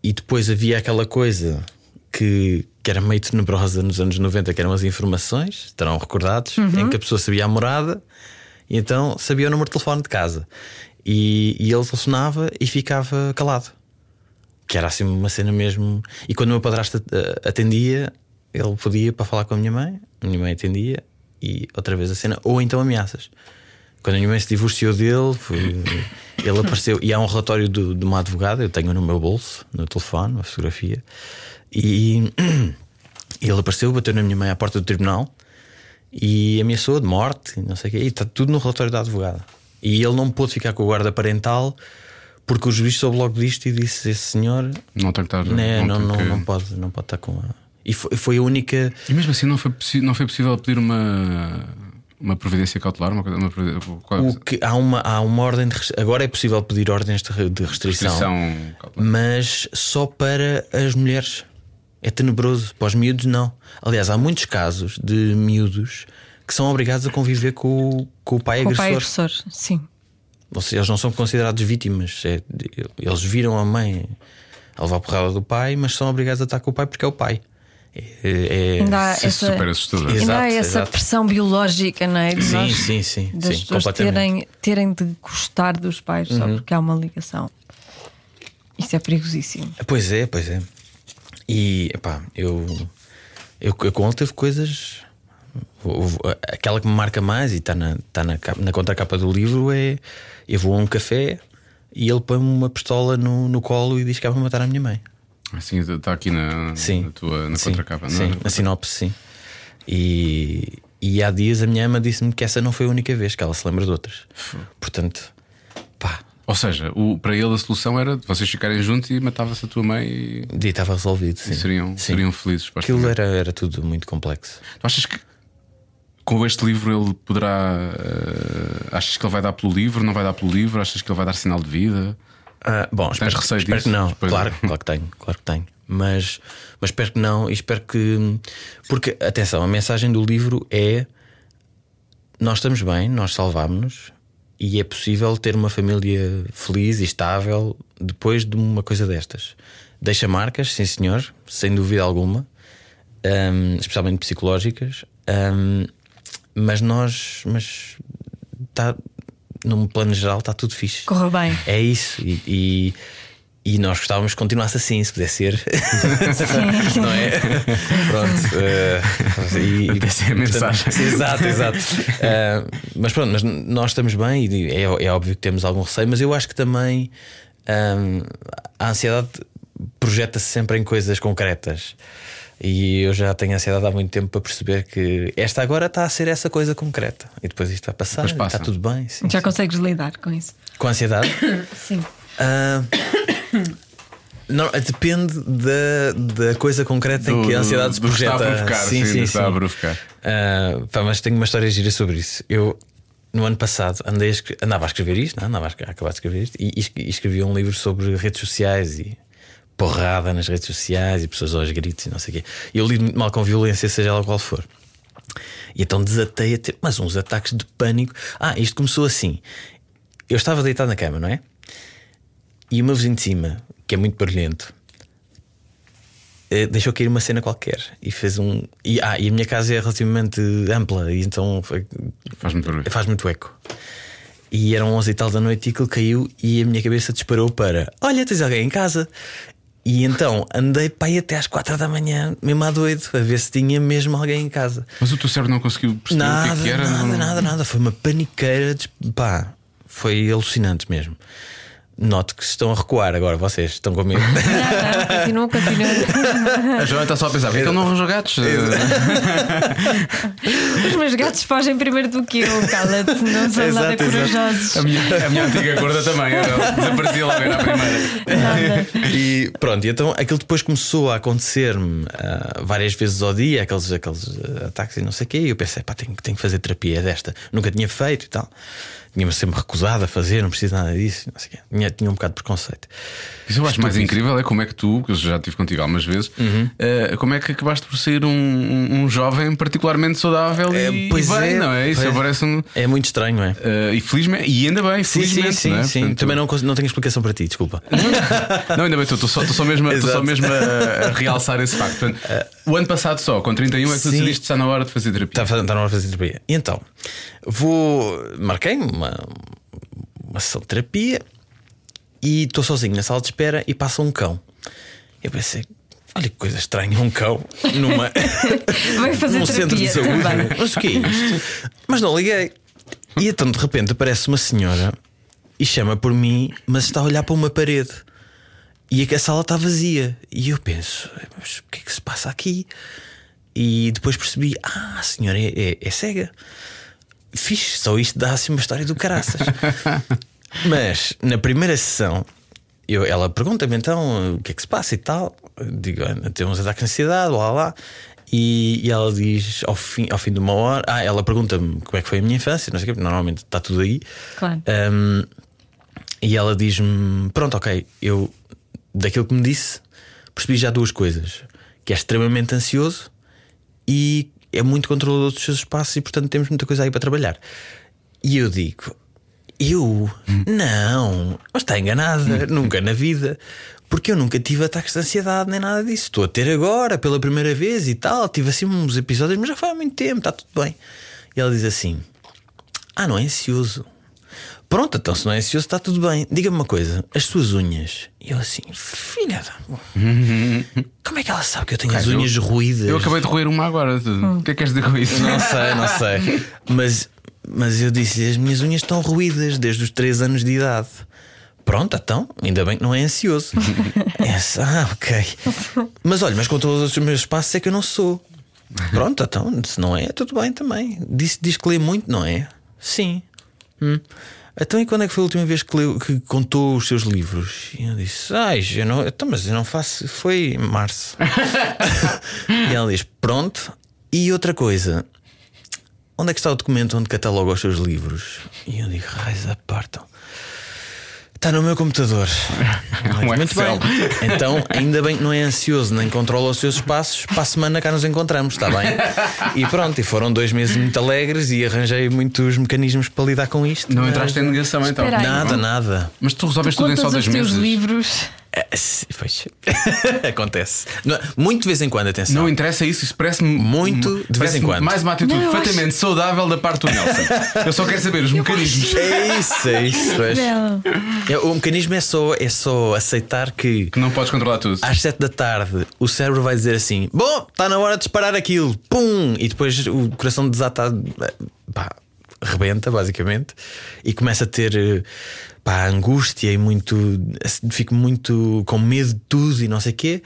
Speaker 4: e depois havia aquela coisa que, que era meio tenebrosa nos anos 90, que eram as informações, estarão recordados,
Speaker 2: Uhum.
Speaker 4: em que a pessoa sabia a morada e então sabia o número de telefone de casa. E, e ele telefonava e ficava calado. Que era assim uma cena mesmo. E quando o meu padrasto eh, atendia, ele podia para falar com a minha mãe, a minha mãe atendia e outra vez a cena, ou então ameaças. Quando a minha mãe se divorciou dele, foi- ele apareceu. E há um relatório do- de uma advogada, eu tenho no meu bolso, no telefone, uma fotografia. E, e ele apareceu, bateu na minha mãe à porta do tribunal e ameaçou de morte, e não sei o quê. E está tudo no relatório da advogada. E ele não pôde ficar com a guarda parental porque o juiz soube logo disto e disse: Esse senhor
Speaker 2: Não tem que estar.
Speaker 4: né, não,
Speaker 2: tem
Speaker 4: não,
Speaker 2: que-
Speaker 4: não pode, não pode estar com a. E foi, foi a única.
Speaker 2: E mesmo assim não foi, possi- não foi possível pedir uma, uma providência cautelar? Uma, coisa- uma providência, qual- é
Speaker 4: O que, há, uma, há uma ordem de. res- Agora é possível pedir ordens de, re- de restrição,
Speaker 2: restrição cautelar.
Speaker 4: mas só para as mulheres. É tenebroso. Para os miúdos, não. Aliás, há muitos casos de miúdos que são obrigados a conviver com, o- com o pai
Speaker 3: Com o
Speaker 4: É agressor.
Speaker 3: pai agressor, sim.
Speaker 4: Ou seja, eles não são considerados vítimas. É, eles viram a mãe a levar a porrada do pai, mas são obrigados a estar com o pai porque é o pai. É, é-
Speaker 3: Ainda há
Speaker 2: Isso é
Speaker 3: Ah, essa,
Speaker 2: super assustador.
Speaker 4: Exato,
Speaker 3: ainda há essa
Speaker 4: exato.
Speaker 3: pressão biológica, não é? De
Speaker 4: Sim,
Speaker 3: nós-
Speaker 4: sim, sim,
Speaker 3: Das
Speaker 4: sim,
Speaker 3: pessoas
Speaker 4: completamente. Uhum.
Speaker 3: terem, terem de gostar dos pais só porque há uma ligação. Isso é perigosíssimo.
Speaker 4: Pois é, pois é. E epá, eu, eu, eu com ele teve coisas. vou- vou- Aquela que me marca mais e está na, tá na, capa- na contracapa do livro é: eu vou a um café e ele põe-me uma pistola no, no colo e diz que vai matar a minha mãe.
Speaker 2: Assim está aqui na,
Speaker 4: Sim.
Speaker 2: na tua na
Speaker 4: sim,
Speaker 2: contracapa. não é?
Speaker 4: Sim, assim. na sinopse, sim. E, e há dias a minha ama disse-me que essa não foi a única vez, que ela se lembra de outras. Portanto, pá,
Speaker 2: Ou seja, o- para ele a solução era vocês ficarem juntos e matava-se a tua mãe e,
Speaker 4: e estava resolvido. Sim.
Speaker 2: e seriam,
Speaker 4: sim.
Speaker 2: seriam felizes. supostamente.
Speaker 4: Aquilo é- era, era tudo muito complexo.
Speaker 2: Tu achas que com este livro ele poderá. eh, achas que ele vai dar pelo livro? Não vai dar pelo livro? Achas que ele vai dar sinal de vida?
Speaker 4: Ah, bom, espero,
Speaker 2: receio
Speaker 4: espero
Speaker 2: disso?
Speaker 4: que não.
Speaker 2: Depois-
Speaker 4: Claro, claro que tenho, claro que tenho. Mas, mas espero que não e espero que. Porque, atenção, a mensagem do livro é: nós estamos bem, nós salvámos-nos e é possível ter uma família feliz e estável depois de uma coisa destas. Deixa marcas, sim senhor, sem dúvida alguma, hum, especialmente psicológicas, hum, mas nós. Mas tá, num plano geral está tudo fixe.
Speaker 3: Corra bem.
Speaker 4: É isso. E, e, e nós gostávamos que continuasse assim, se pudesse ser. Não é? Pronto. eh, e- e-
Speaker 2: Essa é a mensagem.
Speaker 4: Sim, exato, exato. Eh, mas pronto, mas nós estamos bem e é, é óbvio que temos algum receio, mas eu acho que também ahm, a ansiedade projeta-se sempre em coisas concretas. E eu já tenho ansiedade há muito tempo para perceber que esta agora está a ser essa coisa concreta. E depois isto vai passar,
Speaker 2: Depois passa.
Speaker 4: está tudo bem. sim,
Speaker 3: Já
Speaker 4: sim.
Speaker 3: consegues lidar com isso?
Speaker 4: Com a ansiedade?
Speaker 3: Sim.
Speaker 4: Ah, não, depende da, da coisa concreta em
Speaker 2: Do-
Speaker 4: que a ansiedade
Speaker 2: do-
Speaker 4: se
Speaker 2: do que está a
Speaker 4: projeta.
Speaker 2: provocar, sim, do que está a provocar.
Speaker 4: Ah, pá, mas tenho uma história gira sobre isso. Eu, no ano passado, andei a escre- andava a escrever isto, não? é? andava a escre- a acabar de escrever isto, e, e escre- e escrevi um livro sobre redes sociais e porrada nas redes sociais e pessoas aos gritos e não sei o quê. E eu lido muito mal com violência, seja ela qual for. E então desatei a ter mas uns ataques de pânico. Ah, isto começou assim. Eu estava deitado na cama, não é? E o meu vizinho de cima, que é muito barulhento, eh, deixou cair uma cena qualquer e fez um. E, ah, e a minha casa é relativamente ampla, e então foi-
Speaker 2: Faz-me barulho.
Speaker 4: faz muito eco. E eram 11 e tal da noite e aquilo caiu e a minha cabeça disparou para: Olha, tens alguém em casa. E então andei para aí até às 4 da manhã, mesmo à doido, a ver se tinha mesmo alguém em casa.
Speaker 2: Mas o teu cérebro não conseguiu perceber
Speaker 4: Nada,
Speaker 2: o que, é que era?
Speaker 4: nada,
Speaker 2: não...
Speaker 4: nada, nada. Foi uma paniqueira. des- Pá, foi alucinante mesmo. Noto que se estão a recuar agora, vocês estão comigo.
Speaker 3: Não, continua, continua.
Speaker 2: A Joana está só a pensar, porque ele não arranjou gatos? Eh,
Speaker 3: Os meus gatos fogem primeiro do que eu, cala-te. Não são nada
Speaker 4: Exato, exato.
Speaker 3: corajosos.
Speaker 2: A minha, a minha antiga gorda também, ela desaparecia logo era a primeira.
Speaker 3: Nada.
Speaker 4: e pronto, e então aquilo depois começou a acontecer-me ah, várias vezes ao dia, aqueles, aqueles ah, ataques e não sei o quê. E eu pensei, pá, tenho, tenho que fazer terapia desta. Nunca tinha feito e tal. Tinha-me sempre recusado a fazer, não preciso nada disso, não sei o quê. Tinha, tinha um bocado de preconceito.
Speaker 2: Isso eu acho mais incrível é como é que tu, que eu já estive contigo algumas vezes, eh, como é que acabaste por ser um, um- um jovem particularmente saudável
Speaker 4: É,
Speaker 2: e, e bem, não é? Isso
Speaker 4: pois-
Speaker 2: parece-me.
Speaker 4: É muito estranho, não é?
Speaker 2: eh, e, felizmente, e ainda bem,
Speaker 4: Sim, sim,
Speaker 2: felizmente.
Speaker 4: sim,
Speaker 2: não é?
Speaker 4: sim.
Speaker 2: Portanto,
Speaker 4: Também não, cons- não tenho explicação para ti, desculpa.
Speaker 2: Não, ainda bem, estou estou só, estou só mesmo, a- estou só
Speaker 4: Exato.
Speaker 2: mesmo
Speaker 4: Eh,
Speaker 2: a, a realçar esse facto. Portanto, o ano passado só, com 31, é que tu
Speaker 4: Sim.
Speaker 2: decidiste que está na hora de fazer terapia.
Speaker 4: Está, está na hora de Tá fazer terapia. E então, vou. Marquei uma, uma sessão de terapia e estou sozinho na sala de espera e passa um cão. Eu pensei, olha que coisa estranha, um cão numa.
Speaker 3: Vai fazer
Speaker 4: num centro de
Speaker 3: terapia
Speaker 4: saúde.
Speaker 3: também.
Speaker 4: Mas o que é isto? Mas não liguei. E então de repente aparece uma senhora e chama por mim, mas está a olhar para uma parede. E a sala está vazia. E eu penso, mas o que é que se passa aqui? E depois percebi, ah, a senhora é, é- é cega. Fixe, só isto dá assim uma história do caraças. mas na primeira sessão eu, ela pergunta-me então o que é que se passa e tal. Eu Digo, "Olha, temos ataque de ansiedade, blá blá. blá." E, e ela diz ao fim, ao fim de uma hora, ah, ela pergunta-me como é que foi a minha infância, não sei o quê, porque normalmente está tudo aí.
Speaker 3: Claro.
Speaker 4: Eh, Ahm, e ela diz-me: Pronto, ok, eu daquilo que me disse percebi já duas coisas: que é extremamente ansioso e é muito controlador dos seus espaços e portanto temos muita coisa aí para trabalhar. E eu digo: Eu? Não, mas está
Speaker 2: Hum.
Speaker 4: enganada, nunca na vida. Porque eu nunca tive ataques de ansiedade nem nada disso. Estou a ter agora pela primeira vez e tal. Tive assim uns episódios, mas já foi há muito tempo, está tudo bem. E ela diz assim: ah, não é ansioso. Pronto, então se não é ansioso está tudo bem. Diga-me uma coisa, as suas unhas. E eu assim, filha da. Como é que ela sabe que eu tenho as
Speaker 2: eu-
Speaker 4: unhas ruídas?
Speaker 2: Eu acabei de roer uma agora. O que é que queres dizer com isso?
Speaker 4: Não sei, não sei. Mas, mas eu disse: as minhas unhas estão ruídas desde os 3 anos de idade. Pronto, então, ainda bem que não é ansioso. É assim, ah, ok. Mas olha, mas com todos os meus espaços é que eu não sou. Pronto, então, se não é, tudo bem também. Diz, diz que lê muito, não é? Sim. Hum. Então, e quando é que foi a última vez que, leu, que contou os seus livros? E eu disse: Ai, eu não, então, mas eu não faço. Foi em março. E ela diz: Pronto. E outra coisa, onde é que está o documento onde cataloga os seus livros? E eu digo: Raiz apartam. Está no meu computador.
Speaker 2: Um
Speaker 4: Muito
Speaker 2: Excel.
Speaker 4: bem. Então, ainda bem que não é ansioso nem controla os seus espaços. Para a semana cá nos encontramos, está bem? E pronto, e foram dois meses muito alegres e arranjei muitos mecanismos para lidar com isto.
Speaker 2: Não entraste em negação então.
Speaker 3: Espera aí.
Speaker 4: Nada, nada.
Speaker 2: Mas tu resolveste tudo em
Speaker 3: Contas
Speaker 2: só
Speaker 3: os
Speaker 2: dois
Speaker 3: teus
Speaker 2: meses.
Speaker 3: livros.
Speaker 4: Ah, se- Pois. Acontece. Não- Muito de vez em quando, atenção.
Speaker 2: Não interessa isso, isso parece-me
Speaker 4: Muito de vez em
Speaker 2: parece-me
Speaker 4: quando.
Speaker 2: Mais uma atitude
Speaker 3: Não, eu
Speaker 2: perfeitamente saudável da parte do Nelson. Eu só quero saber os mecanismos.
Speaker 4: É isso, é isso. é isso.
Speaker 3: Belo.
Speaker 4: É, o mecanismo é só, é só aceitar que
Speaker 2: Que não podes controlar tudo.
Speaker 4: às 7 da tarde o cérebro vai dizer assim: Bom, está na hora de disparar aquilo, pum! E depois o coração desatado eh, pá, rebenta, basicamente, e começa a ter eh, pá, angústia e muito. assim, Fico muito com medo de tudo e não sei o quê.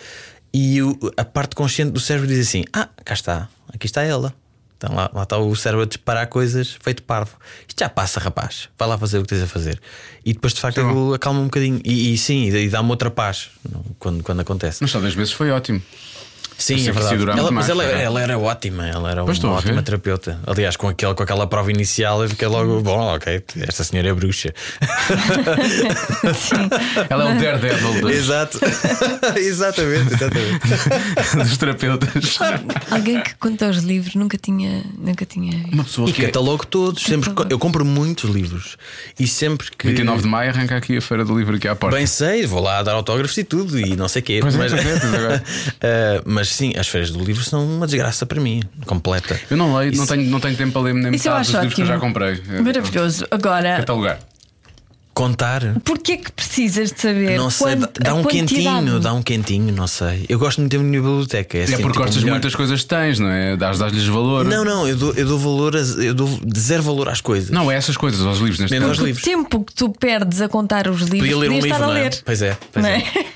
Speaker 4: E o- a parte consciente do cérebro diz assim: Ah, cá está, aqui está ela. Então lá, lá está o cérebro a disparar coisas feito parvo. Isto já passa, rapaz. Vai lá fazer o que tens a fazer. E depois de facto aquilo acalma um bocadinho. E, e sim, e dá-me outra paz não, quando, quando acontece.
Speaker 2: Mas só dois meses foi ótimo. pensei
Speaker 4: Sim, é
Speaker 2: que isso ia
Speaker 4: verdade.
Speaker 2: durar
Speaker 4: Ela,
Speaker 2: muito
Speaker 4: mas
Speaker 2: mais,
Speaker 4: ela,
Speaker 2: cara.
Speaker 4: ela era ótima, ela era
Speaker 2: Pois estou
Speaker 4: uma
Speaker 2: a
Speaker 4: ótima
Speaker 2: ver.
Speaker 4: terapeuta. Aliás, com aquela, com aquela prova inicial, eu fiquei logo, bom, ok, esta senhora é bruxa.
Speaker 2: Ela é o Daredevil dos,
Speaker 4: Exato. exatamente, exatamente.
Speaker 2: dos terapeutas.
Speaker 3: Alguém que conta os livros nunca tinha, nunca tinha visto.
Speaker 2: Uma pessoa
Speaker 4: E
Speaker 2: que é
Speaker 4: catalogo todos. Sempre,
Speaker 3: Catalogo.
Speaker 4: eu compro muitos livros. E sempre que.
Speaker 2: 29 de maio arranca aqui a feira do livro aqui à porta.
Speaker 4: Bem sei, vou lá dar autógrafos e tudo e não sei o quê.
Speaker 2: Pois é,
Speaker 4: mas,
Speaker 2: pois é, pois agora.
Speaker 4: Ah, mas sim, as feiras do livro são uma desgraça para mim, completa.
Speaker 2: eu não leio, não
Speaker 4: Isso-
Speaker 2: tenho, não tenho tempo para ler nem
Speaker 3: Isso eu
Speaker 2: metade dos
Speaker 3: acho
Speaker 2: livros que eu
Speaker 3: ótimo.
Speaker 2: já comprei. É,
Speaker 3: Maravilhoso. Agora,
Speaker 2: Catalogar. é
Speaker 4: Contar.
Speaker 3: porquê é que precisas de saber?
Speaker 4: Não sei,
Speaker 3: quant-
Speaker 4: dá
Speaker 3: É a
Speaker 4: um
Speaker 3: quantidade?
Speaker 4: quentinho, dá um quentinho, não sei. Eu gosto muito da minha biblioteca. É,
Speaker 2: É
Speaker 4: assim,
Speaker 2: porque
Speaker 4: tipo,
Speaker 2: gostas
Speaker 4: melhor.
Speaker 2: muitas coisas que tens, não é? Dás- Dás-lhes valor.
Speaker 4: Não, não, eu dou, eu dou valor, a, eu dou de zero valor às coisas.
Speaker 2: Não, é essas coisas, aos livros neste
Speaker 4: Nem aos
Speaker 2: caso.
Speaker 3: O
Speaker 4: livros.
Speaker 3: tempo que tu perdes a contar os livros,
Speaker 4: Podia ler um
Speaker 3: podias
Speaker 4: livro,
Speaker 3: estar a
Speaker 4: não é?
Speaker 3: ler.
Speaker 4: Pois é, pois
Speaker 3: Não
Speaker 4: é.
Speaker 3: é?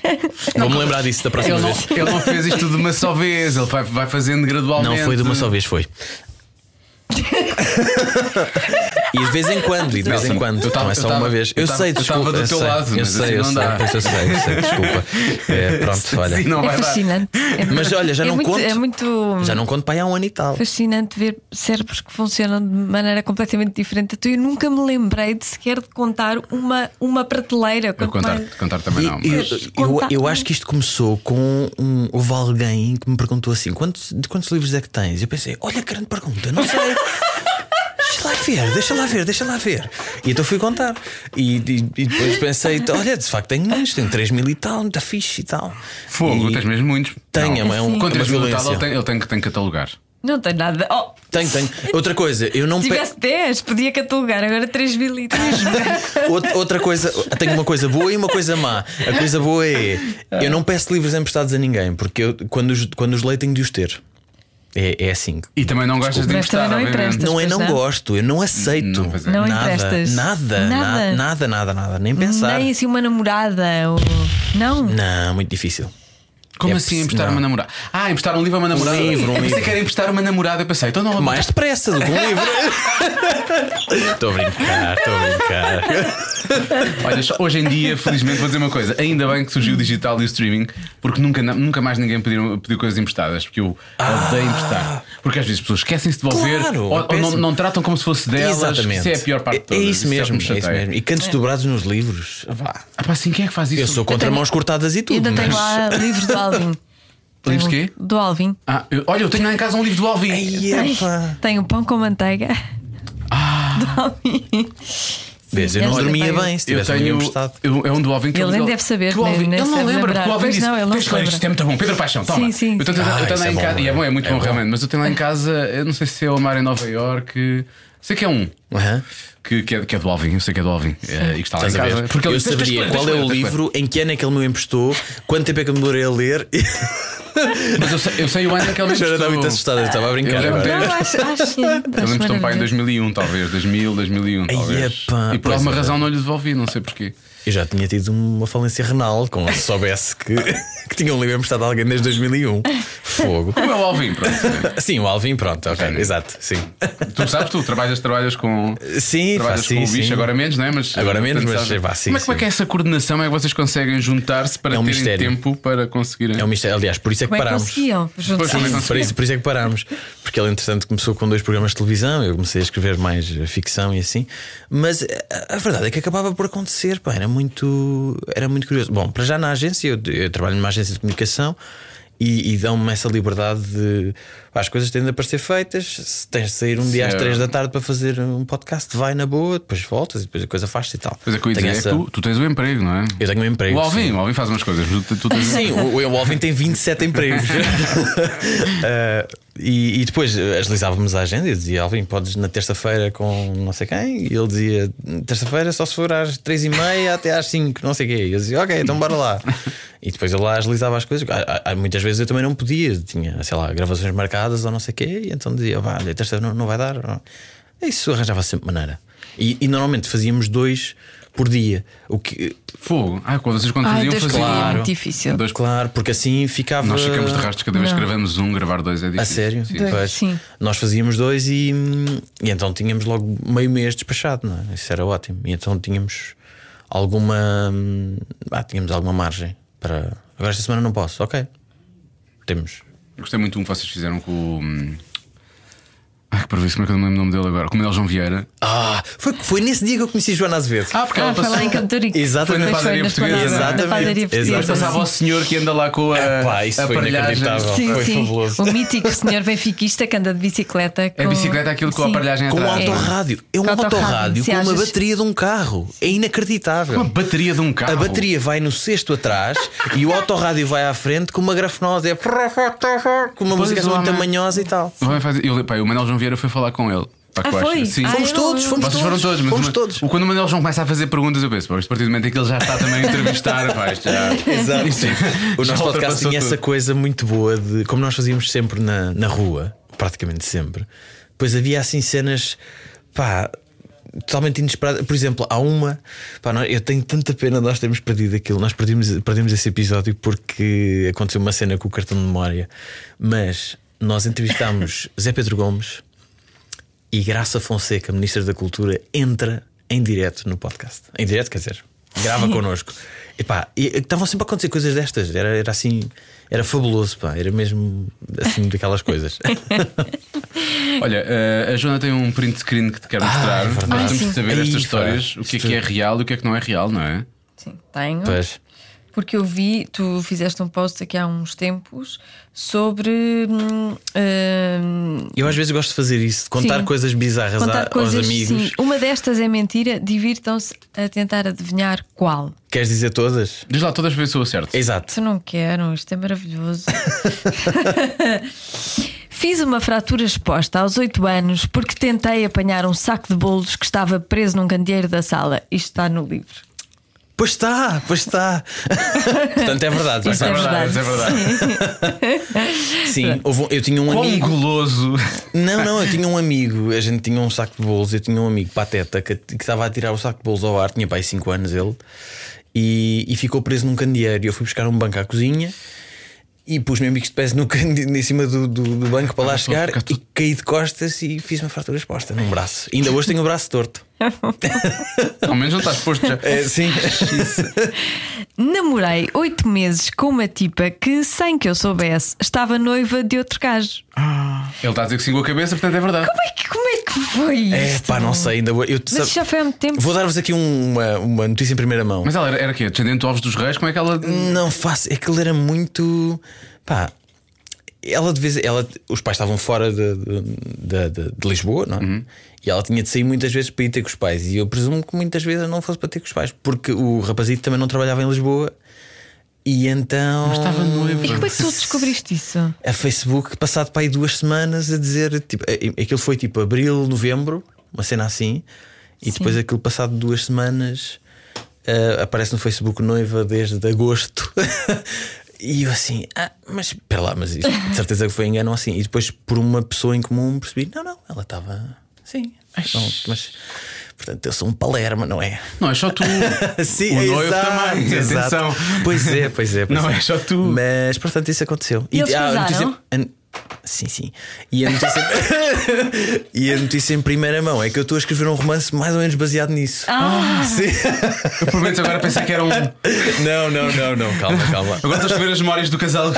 Speaker 4: Vou-me lembrar disso da próxima
Speaker 2: Ele não,
Speaker 4: vez.
Speaker 2: ele não fez isto de uma só vez, ele vai, vai fazendo gradualmente.
Speaker 4: Não foi de uma só vez, foi. e de vez em quando, e de vez em
Speaker 2: Nelson,
Speaker 4: quando,
Speaker 2: eu tava-
Speaker 4: não é
Speaker 2: eu
Speaker 4: só
Speaker 2: tava-
Speaker 4: uma vez. Eu,
Speaker 2: eu tava-
Speaker 4: sei,
Speaker 2: eu tava
Speaker 4: desculpa.
Speaker 2: do teu
Speaker 4: sei,
Speaker 2: lado,
Speaker 4: eu
Speaker 2: mas assim
Speaker 4: sei, eu
Speaker 2: não
Speaker 4: sei,
Speaker 2: dá.
Speaker 4: pois eu sei, eu sei, desculpa. É, pronto,
Speaker 2: Assim
Speaker 4: olha.
Speaker 2: não
Speaker 3: É
Speaker 2: vai dar.
Speaker 3: fascinante. É
Speaker 4: Mas olha, já
Speaker 3: é
Speaker 4: não
Speaker 3: muito,
Speaker 4: conto.
Speaker 3: É muito
Speaker 4: Já não conto para aí há um ano e tal.
Speaker 3: fascinante ver cérebros que funcionam de maneira completamente diferente. da tua. Eu nunca me lembrei de sequer de contar uma, uma prateleira.
Speaker 2: Eu
Speaker 3: Quanto
Speaker 2: contar,
Speaker 3: mais-
Speaker 2: contar também
Speaker 4: E-
Speaker 2: não.
Speaker 4: e-
Speaker 2: Mas...
Speaker 4: eu, eu, eu acho que isto começou com um, houve alguém que me perguntou assim: quantos, de quantos livros é que tens? Eu pensei, olha que grande pergunta, não sei. Deixa lá ver, deixa lá ver, deixa lá ver. E então fui contar. E, e- e depois pensei: olha, de facto tenho muitos, tenho 3 mil e tal, muito fixe e tal.
Speaker 2: Fogo,
Speaker 4: E
Speaker 2: tens mesmo muitos.
Speaker 4: Tenho, é uma- é um-
Speaker 2: Quando
Speaker 4: é uma
Speaker 2: tens resultado,
Speaker 4: violência.
Speaker 2: ele tem, ele tem que, tem que catalogar.
Speaker 3: Não tem nada. Oh,
Speaker 4: Tenho, tenho. Outra coisa, eu não
Speaker 3: se
Speaker 4: pe-
Speaker 3: tivesse 10, podia catalogar. Agora 3 mil e 3
Speaker 4: Out- Outra coisa, tenho uma coisa boa e uma coisa má. A coisa boa é: eu não peço livros emprestados a ninguém, porque eu, quando, os, quando os leio, tenho de os ter. É, é assim.
Speaker 2: E também não gostas de
Speaker 3: Mas também
Speaker 2: emprestar,
Speaker 3: não
Speaker 2: obviamente.
Speaker 3: emprestas.
Speaker 4: Não é,
Speaker 3: pois
Speaker 4: não
Speaker 3: não.
Speaker 4: gosto, eu não aceito
Speaker 2: Não, pois é.
Speaker 4: nada,
Speaker 3: Não
Speaker 4: nada,
Speaker 3: emprestas.
Speaker 4: nada,
Speaker 3: Nada.
Speaker 4: nada, nada, nada, nem pensar.
Speaker 3: Nem assim uma namorada. Ou... Não.
Speaker 4: Não, muito difícil.
Speaker 2: Como
Speaker 4: É
Speaker 2: assim
Speaker 4: possi-
Speaker 2: emprestar uma
Speaker 4: não.
Speaker 2: namorada? Ah, emprestar um livro a uma namorada.
Speaker 4: livro, um
Speaker 2: é
Speaker 4: livro.
Speaker 2: que era emprestar uma namorada. Eu pensei, então
Speaker 3: Oh,
Speaker 2: não
Speaker 4: Mais depressa do que um livro. Estou a brincar, estou a brincar.
Speaker 2: Olha, só- hoje em dia, felizmente, vou dizer uma coisa: ainda bem que surgiu o digital e o streaming, porque nunca, nunca mais ninguém pediu, pediu coisas emprestadas, porque eu odeio emprestar. Porque às vezes as pessoas esquecem-se de devolver
Speaker 4: Ah! Claro,
Speaker 2: ou,
Speaker 4: é
Speaker 2: ou não,
Speaker 4: péssimo.
Speaker 2: não tratam como se fosse delas.
Speaker 4: Exatamente.
Speaker 2: Isso é a pior parte de
Speaker 4: É, é
Speaker 2: todas,
Speaker 4: isso
Speaker 2: é o que
Speaker 4: mesmo,
Speaker 2: me
Speaker 4: é isso
Speaker 2: chateia.
Speaker 4: mesmo. E cantos dobrados nos livros. Vá.
Speaker 2: Ah, pá, assim, quem é que faz isso?
Speaker 4: Eu sou contra
Speaker 3: tenho-
Speaker 4: mãos cortadas e tudo.
Speaker 3: ainda tenho
Speaker 4: mas-
Speaker 3: lá livros do Alvin.
Speaker 2: Livros quê?
Speaker 3: Do Alvin.
Speaker 2: Ah, eu- olha, eu tenho lá em casa um livro do Alvin.
Speaker 4: Ai, epá.
Speaker 3: Tenho pão com manteiga.
Speaker 2: Ah.
Speaker 3: Do Alvin.
Speaker 4: Vês, eu
Speaker 3: Sim,
Speaker 4: não
Speaker 3: esta
Speaker 4: dormia
Speaker 3: tenho-
Speaker 4: bem se
Speaker 2: Eu
Speaker 4: tivesse tenho...
Speaker 2: tenho.
Speaker 4: emprestado.
Speaker 2: eu- é um do Alvin que
Speaker 3: Ele
Speaker 2: eu-
Speaker 3: nem deve saber,
Speaker 2: Que o
Speaker 3: nem-
Speaker 2: Alvin-
Speaker 3: nem
Speaker 2: ele não
Speaker 3: sabe
Speaker 2: lembra,
Speaker 3: lembrar.
Speaker 2: porque o Alvin
Speaker 3: Pois
Speaker 2: disse,
Speaker 3: não, ele não
Speaker 2: "Tens
Speaker 3: se
Speaker 2: que ler
Speaker 3: lembra."
Speaker 2: Isto é muito bom. Pedro Paixão, toma.
Speaker 3: Sim, sim,
Speaker 2: eu tenho,
Speaker 3: sim.
Speaker 2: eu
Speaker 4: Ah,
Speaker 2: tenho
Speaker 4: isso
Speaker 2: lá
Speaker 4: é
Speaker 2: em
Speaker 4: bom,
Speaker 2: casa. E é bom, é muito
Speaker 4: é
Speaker 2: bom,
Speaker 4: bom.
Speaker 2: realmente. Mas eu tenho lá em casa, eu não sei se é o Mar em Nova Iorque. Sei que é um.
Speaker 4: Aham.
Speaker 2: Que, que é, que é do Alvin, eu sei que é do Alvin eh, e que está lá em
Speaker 4: Estás a
Speaker 2: casa.
Speaker 4: ver? Porque
Speaker 2: ele
Speaker 4: eu
Speaker 2: disse, "Tens que
Speaker 4: saberia
Speaker 2: ler,
Speaker 4: qual
Speaker 2: tens
Speaker 4: é
Speaker 2: que
Speaker 4: o
Speaker 2: ler, tens que ler."
Speaker 4: livro, em que ano é que ele me emprestou, quanto tempo é que eu me demorei a ler.
Speaker 2: Mas eu sei, eu sei o ano em que ele
Speaker 4: A senhora está
Speaker 2: emprestou.
Speaker 4: muito assustada, eu estava a brincar.
Speaker 2: lembro
Speaker 4: agora.
Speaker 2: dele.
Speaker 3: Não, acho, acho,
Speaker 2: Ele
Speaker 3: acho
Speaker 2: emprestou para em
Speaker 3: maravilhoso.
Speaker 2: 2001, talvez. 2000, 2001, talvez.
Speaker 4: pá,
Speaker 2: E por
Speaker 4: pois
Speaker 2: alguma
Speaker 4: é.
Speaker 2: razão não lhe devolvi, não sei porquê.
Speaker 4: Eu já tinha tido uma falência renal com se soubesse que, que tinha um livro emprestado a alguém desde 2001. Fogo.
Speaker 2: é O meu Alvin, pronto.
Speaker 4: Sim, o Alvin, pronto, ok, exato, sim.
Speaker 2: Tu sabes, tu trabalhas, trabalhas com.
Speaker 4: Sim,
Speaker 2: Trabalhas
Speaker 4: faço
Speaker 2: com o
Speaker 4: sim,
Speaker 2: bicho,
Speaker 4: sim.
Speaker 2: agora menos, não é? Mas,
Speaker 4: Agora
Speaker 2: eh,
Speaker 4: menos,
Speaker 2: portanto,
Speaker 4: mas,
Speaker 2: sabes-
Speaker 4: vá, sim,
Speaker 2: Mas como é
Speaker 4: sim.
Speaker 2: que é essa coordenação? É que vocês conseguem juntar-se para
Speaker 4: É um
Speaker 2: terem
Speaker 4: mistério.
Speaker 2: tempo para conseguirem.
Speaker 4: É um mistério. Aliás, por isso é que
Speaker 3: Como é que
Speaker 4: parámos.
Speaker 3: conseguiam?
Speaker 2: Pois, também não
Speaker 3: juntar-se?
Speaker 2: sei.
Speaker 4: Por isso, por isso é que parámos. Porque ele, entretanto, começou com dois programas de televisão, eu comecei a escrever mais eh, ficção e assim. Mas eh, a, a verdade é que acabava por acontecer, pá, era muito, era muito curioso. Bom, para já na agência, eu, eu trabalho numa agência de comunicação. E, e dão-me essa liberdade de. pá, As coisas têm de aparecer feitas. Se tens de sair um dia às
Speaker 2: Certo.
Speaker 4: três da tarde para fazer um podcast, vai na boa, depois voltas e depois a coisa faz-se e tal.
Speaker 2: Pois é, que eu ia
Speaker 4: Tenho
Speaker 2: dizer, é que tu, tu tens o emprego, não é?
Speaker 4: Eu tenho um emprego.
Speaker 2: O
Speaker 4: sim.
Speaker 2: Alvin, o Alvin faz umas coisas, mas tu, tu tens
Speaker 4: Sim, o, o Alvin tem 27 empregos. Ah, e, e depois agilizávamos a agenda. Eu dizia, Alvin, podes na terça-feira com não sei quem? E ele dizia, terça-feira só se for às 3h30 até às 5, não sei o quê. E eu dizia, ok, então bora lá. E depois ele lá agilizava as coisas. Ah, ah, Muitas vezes eu também não podia, tinha, sei lá, gravações marcadas ou não sei o quê. E então dizia, vá, olha, terça não, não vai dar. Isso arranjava sempre maneira. E, e normalmente fazíamos dois por dia. O que,
Speaker 2: fogo. Ah, quando vocês quando
Speaker 3: Ai,
Speaker 2: faziam,
Speaker 3: Deus,
Speaker 2: faziam.
Speaker 3: claro. é
Speaker 4: Claro.
Speaker 3: muito difícil.
Speaker 2: Dois-
Speaker 4: claro, porque assim ficava.
Speaker 2: Nós ficamos de rastros cada vez que gravamos um, gravar dois é difícil.
Speaker 4: A sério?
Speaker 2: Sim.
Speaker 3: Dois,
Speaker 4: Pois.
Speaker 3: sim.
Speaker 4: Nós fazíamos dois e, e então tínhamos logo meio mês despachado, não é? Isso era ótimo. E então tínhamos alguma. hum, Ah, tínhamos alguma margem para. Agora esta semana não posso, ok. Temos.
Speaker 2: Gostei muito de um que vocês fizeram com o. hum, Ai, que parvoíce, como é que eu não me lembro o nome dele agora? Com o Manuel João Vieira.
Speaker 4: Ah, foi, foi nesse dia que eu conheci Joana Azevedo.
Speaker 2: Ah, porque
Speaker 3: Ah,
Speaker 2: ela
Speaker 3: foi
Speaker 2: passou.
Speaker 3: lá em Campo Tórico.
Speaker 4: Exatamente.
Speaker 2: Foi na
Speaker 3: Pois
Speaker 2: padaria portuguesa,
Speaker 3: esplanada,
Speaker 4: não é?
Speaker 3: na padaria
Speaker 4: Exatamente.
Speaker 2: Depois
Speaker 3: portuguesa.
Speaker 2: passava o senhor que anda lá com a.
Speaker 4: Epá, isso foi
Speaker 2: aparelhagem.
Speaker 4: inacreditável.
Speaker 3: Sim,
Speaker 4: Foi
Speaker 3: sim.
Speaker 4: fabuloso.
Speaker 3: O mítico senhor benfiquista que anda de bicicleta. Com...
Speaker 2: É a bicicleta aquilo com a
Speaker 3: Sim.
Speaker 2: aparelhagem
Speaker 4: Com um
Speaker 2: atrás. não é?
Speaker 4: autorrádio. É um
Speaker 3: Com autorrádio,
Speaker 4: autorrádio
Speaker 3: se
Speaker 4: com uma
Speaker 3: achas-
Speaker 4: bateria de um carro. É inacreditável.
Speaker 2: Uma bateria de um carro.
Speaker 4: A bateria vai no cesto atrás e o autorrádio vai à frente com uma grafenosa, é com uma
Speaker 2: Pois,
Speaker 4: música
Speaker 2: o
Speaker 4: muito
Speaker 2: homem-
Speaker 4: tamanhosa e tal.
Speaker 2: O homem faz- eu- pá, o Manuel João Vieira foi falar com ele. Pá,
Speaker 3: Ah,
Speaker 2: que eu acho-
Speaker 3: foi?
Speaker 2: Sim.
Speaker 3: Ah,
Speaker 4: Fomos
Speaker 3: eu-
Speaker 4: todos,
Speaker 3: eu-
Speaker 4: fomos
Speaker 2: Vocês
Speaker 4: todos.
Speaker 2: foram todos, mas
Speaker 4: fomos
Speaker 2: uma-
Speaker 4: todos.
Speaker 2: o- quando o Manuel João começa a fazer perguntas, eu penso, "Pô, isto a partir do momento em que ele já está também a entrevistar, pá, isto já.
Speaker 4: Exato.
Speaker 2: isto é- já-
Speaker 4: O
Speaker 2: já
Speaker 4: nosso podcast
Speaker 2: ultrapassou
Speaker 4: tinha essa
Speaker 2: tudo."
Speaker 4: coisa muito boa de como nós fazíamos sempre na, na rua, praticamente sempre. Pois havia assim cenas pá, totalmente inesperadas. Por exemplo, há uma, pá, nós- eu tenho tanta pena de nós termos perdido aquilo. Nós perdemos, perdemos esse episódio porque aconteceu uma cena com o cartão de memória. Mas nós entrevistámos Zé Pedro Gomes e Graça Fonseca, Ministra da Cultura, entra em direto no podcast. Em direto, quer dizer, grava connosco. E pá, e- e estavam sempre a acontecer coisas destas. Era, era assim, era fabuloso, pá. Era mesmo assim daquelas coisas.
Speaker 2: Olha, eh, a Joana tem um print screen que te quero mostrar.
Speaker 4: é verdade.
Speaker 2: Nós temos
Speaker 3: Ah,
Speaker 2: de
Speaker 3: sim.
Speaker 2: saber
Speaker 4: Ai,
Speaker 2: estas
Speaker 4: pá,
Speaker 2: histórias, o que é
Speaker 4: isto-
Speaker 2: que é real e o que é que não é real, não é?
Speaker 3: Sim, tenho.
Speaker 4: pois.
Speaker 3: Porque eu vi, tu fizeste um post aqui há uns tempos sobre. hum, hum,
Speaker 4: Eu às vezes gosto de fazer isso, de contar
Speaker 3: Sim.
Speaker 4: coisas bizarras a-
Speaker 3: contar coisas.
Speaker 4: aos amigos.
Speaker 3: Sim, uma destas é mentira, divirtam-se a tentar adivinhar qual.
Speaker 4: Queres dizer todas?
Speaker 2: Diz lá todas as vezes se eu acerto.
Speaker 4: Exato.
Speaker 3: Se não quero, isto é maravilhoso. Fiz uma fratura exposta aos 8 anos porque tentei apanhar um saco de bolos que estava preso num candeeiro da sala. Isto está no livro.
Speaker 4: Pois está, pois está. Portanto, é verdade.
Speaker 3: Isto é verdade.
Speaker 2: isso é verdade.
Speaker 4: Sim, houve um- eu tinha um
Speaker 2: Quão
Speaker 4: amigo.
Speaker 2: goloso!
Speaker 4: Não, não, eu tinha um amigo, a gente tinha um saco de bolos, eu tinha um amigo pateta que que estava a tirar o saco de bolos ao ar, tinha pai 5 anos ele, e, e ficou preso num candeeiro. E Eu fui buscar um banco à cozinha e pus meus amigos de pés no canto, em cima do, do, do banco para lá
Speaker 2: estou a
Speaker 4: chegar
Speaker 2: ficar
Speaker 4: e
Speaker 2: todo-
Speaker 4: caí de costas e fiz uma fratura exposta num braço. Ainda hoje tenho o braço torto.
Speaker 2: Ao menos não estás exposto já.
Speaker 4: É, sim.
Speaker 3: Namorei oito meses com uma tipa que, sem que eu soubesse, estava noiva de outro gajo.
Speaker 2: Ele está a dizer que sim com a cabeça, portanto é verdade.
Speaker 3: Como é que, como é que foi
Speaker 4: É
Speaker 3: isto?
Speaker 4: pá, não sei ainda. hoje- Eu,
Speaker 3: Mas
Speaker 4: sabe-
Speaker 3: isso já foi há muito tempo.
Speaker 4: Vou dar-vos aqui um, uma, uma notícia em primeira mão.
Speaker 2: Mas ela era, era quê? Descendente do Alves dos Reis? Como é que ela.
Speaker 4: Não faço, aquilo era muito. Pá, ela de vez. Ela, os pais estavam fora de, de, de- de- de Lisboa, não é? E ela tinha de sair muitas vezes para ir ter com os pais. E eu presumo que muitas vezes eu não fosse para ter com os pais, porque o rapazito também não trabalhava em Lisboa. E então. Mas
Speaker 2: Estava noiva.
Speaker 3: E como é que tu descobriste isso?
Speaker 4: a Facebook, passado para aí duas semanas, a dizer tipo, a- aquilo foi tipo abril, novembro, uma cena assim, e depois aquilo passado duas semanas ah, aparece no Facebook noiva desde agosto. E eu assim, ah, mas espera lá, mas isto, de certeza que foi engano ou assim. E depois, por uma pessoa em comum, percebi: não, não, ela estava. Sim, não, mas. Portanto, eu sou um palerma, não é?
Speaker 2: Não, é só tu.
Speaker 4: Sim,
Speaker 2: O noivo
Speaker 4: exato,
Speaker 2: também,
Speaker 4: exato.
Speaker 2: atenção.
Speaker 4: Pois é, pois é. Pois
Speaker 2: Não é só tu.
Speaker 4: Mas, portanto, isso aconteceu.
Speaker 3: E Hum. eles
Speaker 4: ah, a
Speaker 3: casaram?
Speaker 4: notícia- a- Sim, sim. E a, notícia... e a notícia em primeira mão é que eu estou a escrever um romance mais ou menos baseado nisso.
Speaker 3: Ah.
Speaker 4: Sim.
Speaker 2: Eu prometo agora pensar que era um. Agora
Speaker 4: Não, não, não, não. Calma, calma.
Speaker 2: estou a escrever as memórias do casal.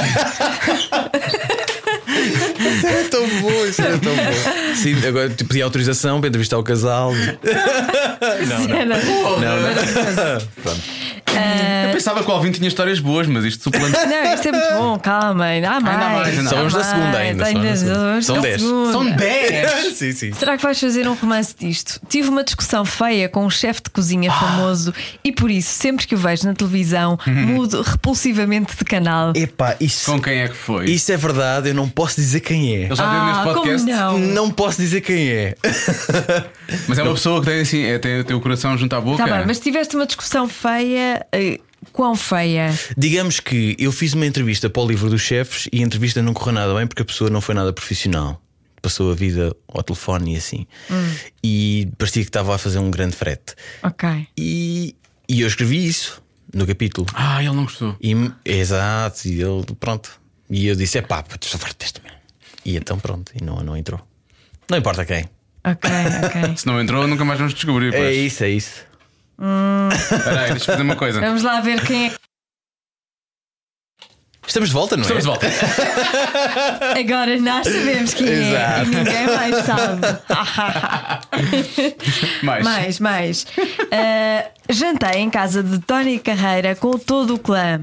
Speaker 4: É tão bom, isso é tão bom. Sim, agora te pedi autorização para entrevistar o casal.
Speaker 3: Não, Ah,
Speaker 2: Eu pensava que o Alvin tinha histórias boas, mas isto suplanta.
Speaker 3: não, isto é muito bom, calma. Ainda há mais.
Speaker 2: mais, ainda há
Speaker 4: Só vamos na
Speaker 3: mais,
Speaker 4: segunda ainda. só vamos na segunda.
Speaker 3: vamos
Speaker 4: São
Speaker 3: na
Speaker 4: 10.
Speaker 3: segunda.
Speaker 2: São 10!
Speaker 4: Sim, sim.
Speaker 3: Será que vais fazer um romance disto? Tive uma discussão feia com um chefe de cozinha famoso e por isso, sempre que o vejo na televisão, mudo repulsivamente de canal.
Speaker 4: Epá, isso,
Speaker 2: Com quem é que foi?
Speaker 4: isso é verdade. Eu não posso dizer quem é.
Speaker 2: Ele já teve neste podcast.
Speaker 3: Ah, como não?
Speaker 4: Não posso dizer quem é.
Speaker 2: Mas é uma pessoa que tem assim, é, tem, tem o coração junto à boca.
Speaker 3: Tá bem, mas tiveste uma discussão feia. eh, Quão feia?
Speaker 4: Digamos que eu fiz uma entrevista para o livro dos chefes e a entrevista não correu nada bem porque a pessoa não foi nada profissional. Passou a vida ao telefone e assim.
Speaker 3: Hum.
Speaker 4: E parecia que estava a fazer um grande frete.
Speaker 3: Ok.
Speaker 4: E, e eu escrevi isso no capítulo.
Speaker 2: Ah, ele não gostou.
Speaker 4: E, exato, e ele, pronto. E eu disse: é pá, tu só farto deste mesmo. E então, pronto, e não, não entrou. Não importa quem.
Speaker 3: Ok, ok.
Speaker 2: Se não entrou, nunca mais vamos descobrir.
Speaker 4: É
Speaker 2: Pois.
Speaker 4: isso, é isso.
Speaker 2: Espera aí, deixa eu fazer uma coisa.
Speaker 3: Vamos lá ver quem é que
Speaker 4: Estamos de volta, não
Speaker 2: Estamos de
Speaker 4: é?
Speaker 2: volta.
Speaker 3: agora nós sabemos quem é
Speaker 4: Exato.
Speaker 3: e ninguém mais sabe.
Speaker 2: Mais.
Speaker 3: mais, mais. Eh, jantei em casa de Tony Carreira com todo o clã.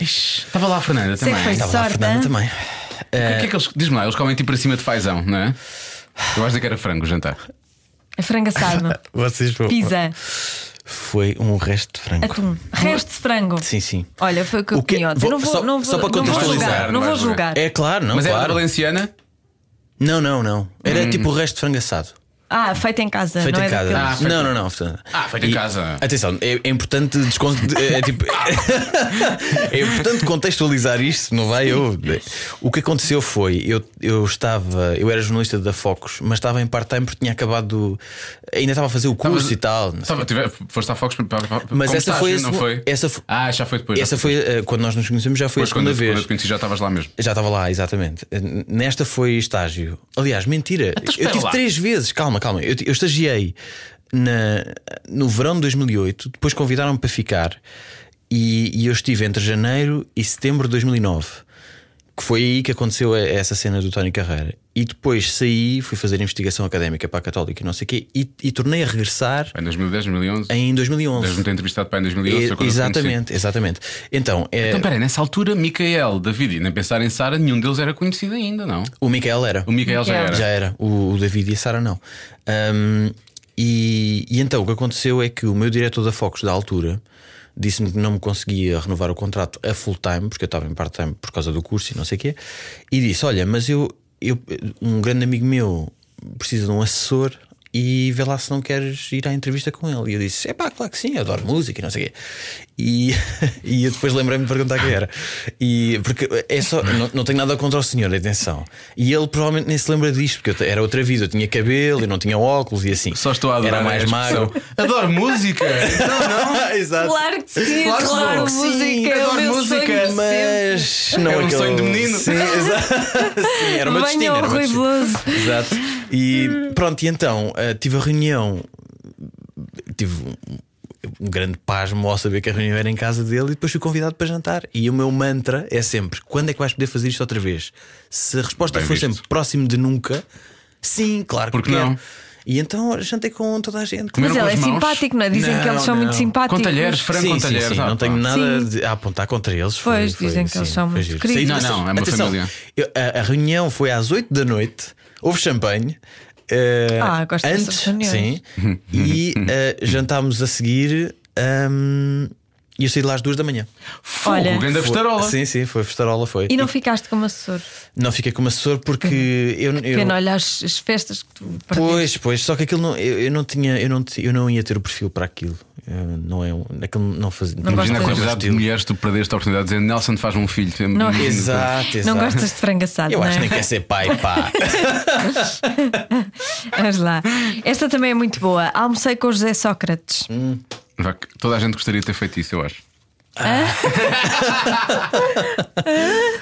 Speaker 2: Ixi, Estava lá a Fernanda
Speaker 3: Sei que
Speaker 2: também.
Speaker 3: foi
Speaker 4: Estava lá a
Speaker 3: Sorte,
Speaker 4: Fernanda
Speaker 3: hein?
Speaker 4: também.
Speaker 2: O que é que eles. Diz-me lá, eles comem tipo para cima de fazão, não é? Eu acho que era frango o jantar.
Speaker 4: Ah,
Speaker 3: A franga sarma,
Speaker 4: Vocês vão.
Speaker 3: pizza,
Speaker 4: Foi um resto de frango.
Speaker 3: atum, resto de frango.
Speaker 4: Sim, sim.
Speaker 3: Olha, foi o que eu
Speaker 4: O que-
Speaker 3: comi ontem.
Speaker 4: vou-
Speaker 3: Não vou,
Speaker 4: só-
Speaker 3: não vou,
Speaker 4: só para
Speaker 3: não vou
Speaker 4: contextualizar,
Speaker 3: julgar. Não
Speaker 2: não
Speaker 3: vou
Speaker 2: vais julgar.
Speaker 3: julgar.
Speaker 4: É claro, não,
Speaker 2: Mas é
Speaker 4: claro.
Speaker 2: valenciana?
Speaker 4: Não, não, não. Era tipo o resto de frango assado.
Speaker 3: Ah, feito em casa.
Speaker 4: Feito
Speaker 3: não
Speaker 4: em
Speaker 3: é
Speaker 4: casa.
Speaker 3: daqueles-
Speaker 2: Ah, feito-
Speaker 4: Não, não, não. portanto-
Speaker 2: Ah, feito em
Speaker 4: E-
Speaker 2: casa.
Speaker 4: Atenção, é, é importante descon- é, tipo- é importante contextualizar isto, não vai? Eu... O que aconteceu foi, eu, eu estava, eu era jornalista da Focus, mas estava em part-time porque tinha acabado, ainda estava a fazer o curso e tal. não sei.
Speaker 2: Estava, tiver, foste à Fox para, para, para
Speaker 4: Mas
Speaker 2: como
Speaker 4: essa
Speaker 2: estágio,
Speaker 4: foi a
Speaker 2: não
Speaker 4: segu-
Speaker 2: foi?
Speaker 4: essa fo-
Speaker 2: Ah, já foi depois.
Speaker 4: Essa foi, eh, quando nós nos conhecemos, já foi
Speaker 2: depois
Speaker 4: a
Speaker 2: quando,
Speaker 4: segunda
Speaker 2: eu-
Speaker 4: vez.
Speaker 2: quando eu te conheci já estavas lá mesmo.
Speaker 4: Já estava lá, exatamente. Nesta foi estágio. Aliás, mentira.
Speaker 2: Então espera
Speaker 4: Eu tive
Speaker 2: lá.
Speaker 4: três vezes. Calma, calma. Eu, eu estagiei na, no verão de 2008. Depois convidaram-me para ficar. E, e eu estive entre janeiro e setembro de 2009. Que foi aí que aconteceu a- essa cena do Tony Carreira. E depois saí, fui fazer investigação académica para a Católica e não sei o quê. E, e tornei a regressar
Speaker 2: Em 2010, 2011.
Speaker 4: em 2011.
Speaker 2: Deves-me ter entrevistado para em 2011. foi
Speaker 4: E-
Speaker 2: quando eu te conheci.
Speaker 4: exatamente, exatamente. Então, é,
Speaker 2: Então, peraí, nessa altura, Micael, David e nem pensar em Sara, nenhum deles era conhecido ainda, não?
Speaker 4: o Micael era.
Speaker 2: O Micael já
Speaker 3: Micael.
Speaker 2: era.
Speaker 4: Já era. O, o David e a Sara não. Ahm, e, e então o que aconteceu é que o meu diretor da Fox da altura disse-me que não me conseguia renovar o contrato a full time, porque eu estava em part-time por causa do curso e não sei o quê. E disse: Olha, mas eu, eu um grande amigo meu precisa de um assessor. e vê lá se não queres ir à entrevista com ele. E eu disse: É pá, claro que sim, eu adoro música e não sei o quê. E, e eu depois lembrei-me de perguntar quem era. E, porque é só, não, não tenho nada contra o senhor, atenção. E ele provavelmente nem se lembra disto, porque eu te- era outra vida. Eu tinha cabelo e não tinha óculos e assim.
Speaker 2: Só estou a adorar
Speaker 4: Era mais
Speaker 2: esta
Speaker 4: magro.
Speaker 2: expressão. Adoro música!
Speaker 4: Exato.
Speaker 3: Claro que sim,
Speaker 2: que
Speaker 3: claro, que
Speaker 2: sim,
Speaker 3: música, é o
Speaker 2: adoro
Speaker 3: meu
Speaker 2: música,
Speaker 3: sonho de sempre.
Speaker 4: Mas não
Speaker 2: Era um
Speaker 4: aquele-
Speaker 2: sonho de menino.
Speaker 4: Sim, exato. Sim, era uma
Speaker 3: Venha
Speaker 4: destina.
Speaker 3: ao
Speaker 4: Era uma
Speaker 3: Rui
Speaker 4: destina.
Speaker 3: Veloso.
Speaker 4: Exato. E pronto, e então eh, tive a reunião, tive um, um grande pasmo ao saber que a reunião era em casa dele e depois fui convidado para jantar. E o meu mantra é sempre: quando é que vais poder fazer isto outra vez? Se a resposta
Speaker 2: Bem
Speaker 4: for
Speaker 2: visto.
Speaker 4: sempre próximo de nunca, sim, claro
Speaker 2: Porque
Speaker 4: que quero.
Speaker 2: não?
Speaker 4: E então jantei com toda a gente.
Speaker 2: Comeram
Speaker 3: Mas
Speaker 2: com
Speaker 3: ele é
Speaker 2: as mãos?
Speaker 3: simpático, não é? Dizem que
Speaker 4: Não,
Speaker 3: eles são
Speaker 4: não.
Speaker 3: muito simpáticos.
Speaker 2: Com talheres, frango
Speaker 4: sim,
Speaker 2: com
Speaker 4: sim,
Speaker 2: talheres.
Speaker 4: sim,
Speaker 2: ah,
Speaker 4: não
Speaker 2: pá.
Speaker 4: tenho nada
Speaker 3: Sim.
Speaker 4: de- a apontar contra eles.
Speaker 3: Pois, dizem que eles são
Speaker 4: foi
Speaker 3: muito
Speaker 4: giro.
Speaker 3: queridos.
Speaker 4: Sim,
Speaker 2: Não, não, é uma
Speaker 4: atenção,
Speaker 2: família.
Speaker 4: eu- a, a reunião foi às 8 da noite, houve champanhe. eh,
Speaker 3: Ah, gosto dessas
Speaker 4: antes,
Speaker 3: reuniões.
Speaker 4: sim, e eh, jantámos a seguir. hum, e eu saí de lá às duas da manhã.
Speaker 2: Fogo,
Speaker 3: Olha.
Speaker 2: grande festarola.
Speaker 4: Sim, sim, foi a festarola, foi.
Speaker 3: E não Uhum. ficaste como assessor.
Speaker 4: não fiquei como assessor porque eu, eu,
Speaker 3: Pena, olha as, as festas que tu perdeste.
Speaker 4: Pois, pois, só que aquilo não, eu, eu não tinha, eu não, ti- eu não ia ter o perfil para aquilo. Eh, não é um, aquilo não fazia.
Speaker 3: gosto
Speaker 2: Imagina a
Speaker 3: Gosto
Speaker 4: é o meu
Speaker 2: quantidade de
Speaker 4: estilo.
Speaker 2: mulheres que tu perdeste a oportunidade de dizer Nelson faz-me um filho.
Speaker 3: Não.
Speaker 4: Exato, ah, exato.
Speaker 3: Não gostas de frango assado,
Speaker 4: Eu
Speaker 3: não
Speaker 4: acho que
Speaker 3: é?
Speaker 4: nem quer ser pai, pá.
Speaker 3: Vamos lá. Esta também é muito boa. Almocei com o José Sócrates.
Speaker 4: Hum.
Speaker 2: Vá que Toda a gente gostaria de ter feito isso, eu acho.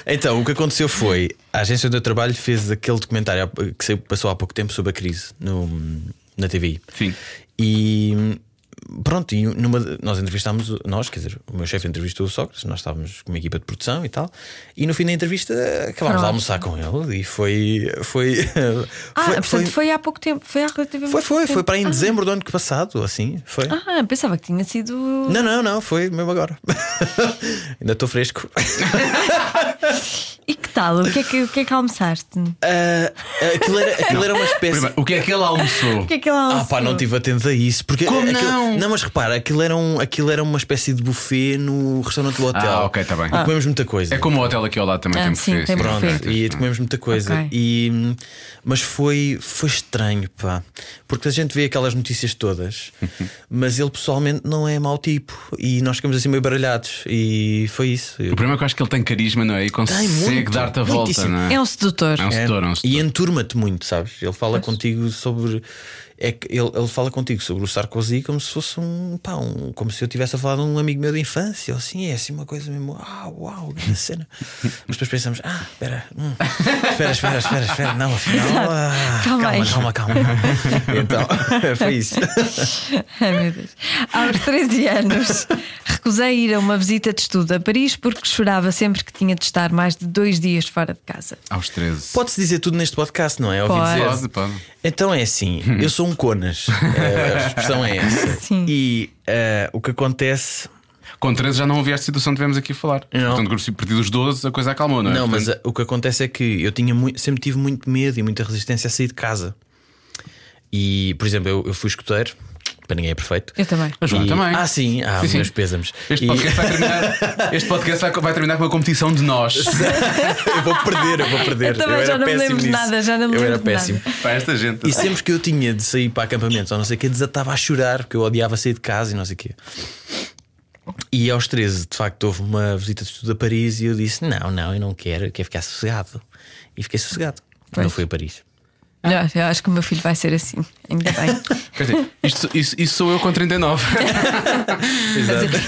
Speaker 4: Então, o que aconteceu foi a agência onde eu trabalho fez aquele documentário há- que saiu- passou há pouco tempo sobre a crise no, na TV.
Speaker 2: Sim.
Speaker 4: E pronto, e numa, de- nós entrevistámos, o- nós, quer dizer, o meu chefe entrevistou o Sócrates, nós estávamos com uma equipa de produção e tal, e no fim da entrevista acabámos de
Speaker 3: Pronto.
Speaker 4: almoçar com ele e foi. Foi,
Speaker 3: Ah,
Speaker 4: foi,
Speaker 3: portanto, foi... há pouco tempo. Foi há relativamente
Speaker 4: foi, foi,
Speaker 3: pouco
Speaker 4: foi
Speaker 3: tempo.
Speaker 4: para em dezembro do ano que passado, assim, foi.
Speaker 3: Ah, pensava que tinha sido.
Speaker 4: Não, não, não, foi mesmo agora. Ainda estou fresco.
Speaker 3: E que tal? O que é que, o que, é que almoçaste? O
Speaker 4: Ah, aquilo era, aquilo era uma espécie.
Speaker 2: Primeiro, o que é que ele almoçou?
Speaker 3: que é que ele
Speaker 4: Ah,
Speaker 3: almoçou?
Speaker 4: pá, não estive atento a isso. Porque
Speaker 2: Como
Speaker 4: aquilo-
Speaker 2: não?
Speaker 4: mas repara, aquilo era, um, aquilo era uma espécie de buffet no restaurante do hotel.
Speaker 2: Ah, ok, tá bem.
Speaker 4: E comemos muita coisa.
Speaker 2: É como o hotel aqui ao lado também
Speaker 3: Ah,
Speaker 2: tem
Speaker 3: sim,
Speaker 2: buffet,
Speaker 3: tem
Speaker 2: sim.
Speaker 3: buffet.
Speaker 4: Pronto, e comemos muita coisa.
Speaker 3: Ok.
Speaker 4: E, mas foi, foi estranho, pá. Porque a gente vê aquelas notícias todas, mas ele pessoalmente não é mau tipo. E nós ficamos assim meio baralhados. E foi isso. Eu-
Speaker 2: O problema é que eu acho que ele tem carisma, não é? E consegue
Speaker 4: muito,
Speaker 2: dar-te a volta,
Speaker 4: muitíssimo.
Speaker 2: não é?
Speaker 3: É um sedutor.
Speaker 2: É um sedutor, é um sedutor.
Speaker 4: E enturma-te muito, sabes? Ele fala contigo sobre. É que ele, ele fala contigo sobre o Sarkozy como se fosse um, pá, um- Como se eu tivesse a falar de um amigo meu da infância, ou assim, é assim uma coisa mesmo. Ah, uau, grande cena. Mas depois pensamos, ah, espera, hum, espera, espera, espera, espera, não, afinal. ah,
Speaker 3: Calma aí.
Speaker 4: calma, calma, calma. Então, foi isso.
Speaker 3: Ai, meu Deus. Aos 13 anos, recusei ir a uma visita de estudo a Paris porque chorava sempre que tinha de estar mais de dois dias fora de casa.
Speaker 2: Aos 13.
Speaker 4: Pode-se dizer tudo neste podcast, não é? Ouvi
Speaker 3: Pode.
Speaker 4: dizer.
Speaker 2: Pode, pode.
Speaker 4: Então é assim, eu sou um conas. Eh, a expressão é essa.
Speaker 3: Sim.
Speaker 4: E eh, o que acontece
Speaker 2: Com 13 já não havia esta situação que tivemos aqui a falar.
Speaker 4: Não.
Speaker 2: Portanto, quando se perdido os 12, a coisa acalmou, não é?
Speaker 4: Não, mas
Speaker 2: Portanto,
Speaker 4: a- o que acontece é que eu tinha mui- sempre tive muito medo e muita resistência a sair de casa. E, por exemplo, eu, eu fui escuteiro, para ninguém é perfeito.
Speaker 3: Eu também.
Speaker 2: a Joana
Speaker 4: E-
Speaker 2: também.
Speaker 4: Ah, sim, ah,
Speaker 2: Sim, sim.
Speaker 4: meus pêsames.
Speaker 2: Este
Speaker 4: E-
Speaker 2: podcast, vai terminar, este podcast vai, vai terminar com uma competição de nós.
Speaker 4: eu vou perder, eu vou perder.
Speaker 3: Eu também
Speaker 4: era
Speaker 3: já não me
Speaker 4: péssimo
Speaker 3: lembro de
Speaker 4: nisso.
Speaker 3: nada, já não me
Speaker 4: Eu era
Speaker 3: lembro de nada.
Speaker 4: péssimo.
Speaker 2: Para esta gente.
Speaker 4: E sempre que eu tinha de sair para acampamentos, ou não sei o que, desatava a chorar, porque eu odiava sair de casa e não sei o quê. E aos 13, de facto, houve uma visita de estudo a Paris e eu disse: Não, não, eu não quero, eu quero ficar sossegado. E fiquei sossegado.
Speaker 3: Pois.
Speaker 4: Não fui a Paris.
Speaker 3: Olha, Eu acho que o meu filho vai ser assim. Ainda bem.
Speaker 2: Quer dizer, isto, isso, isso sou eu com 39.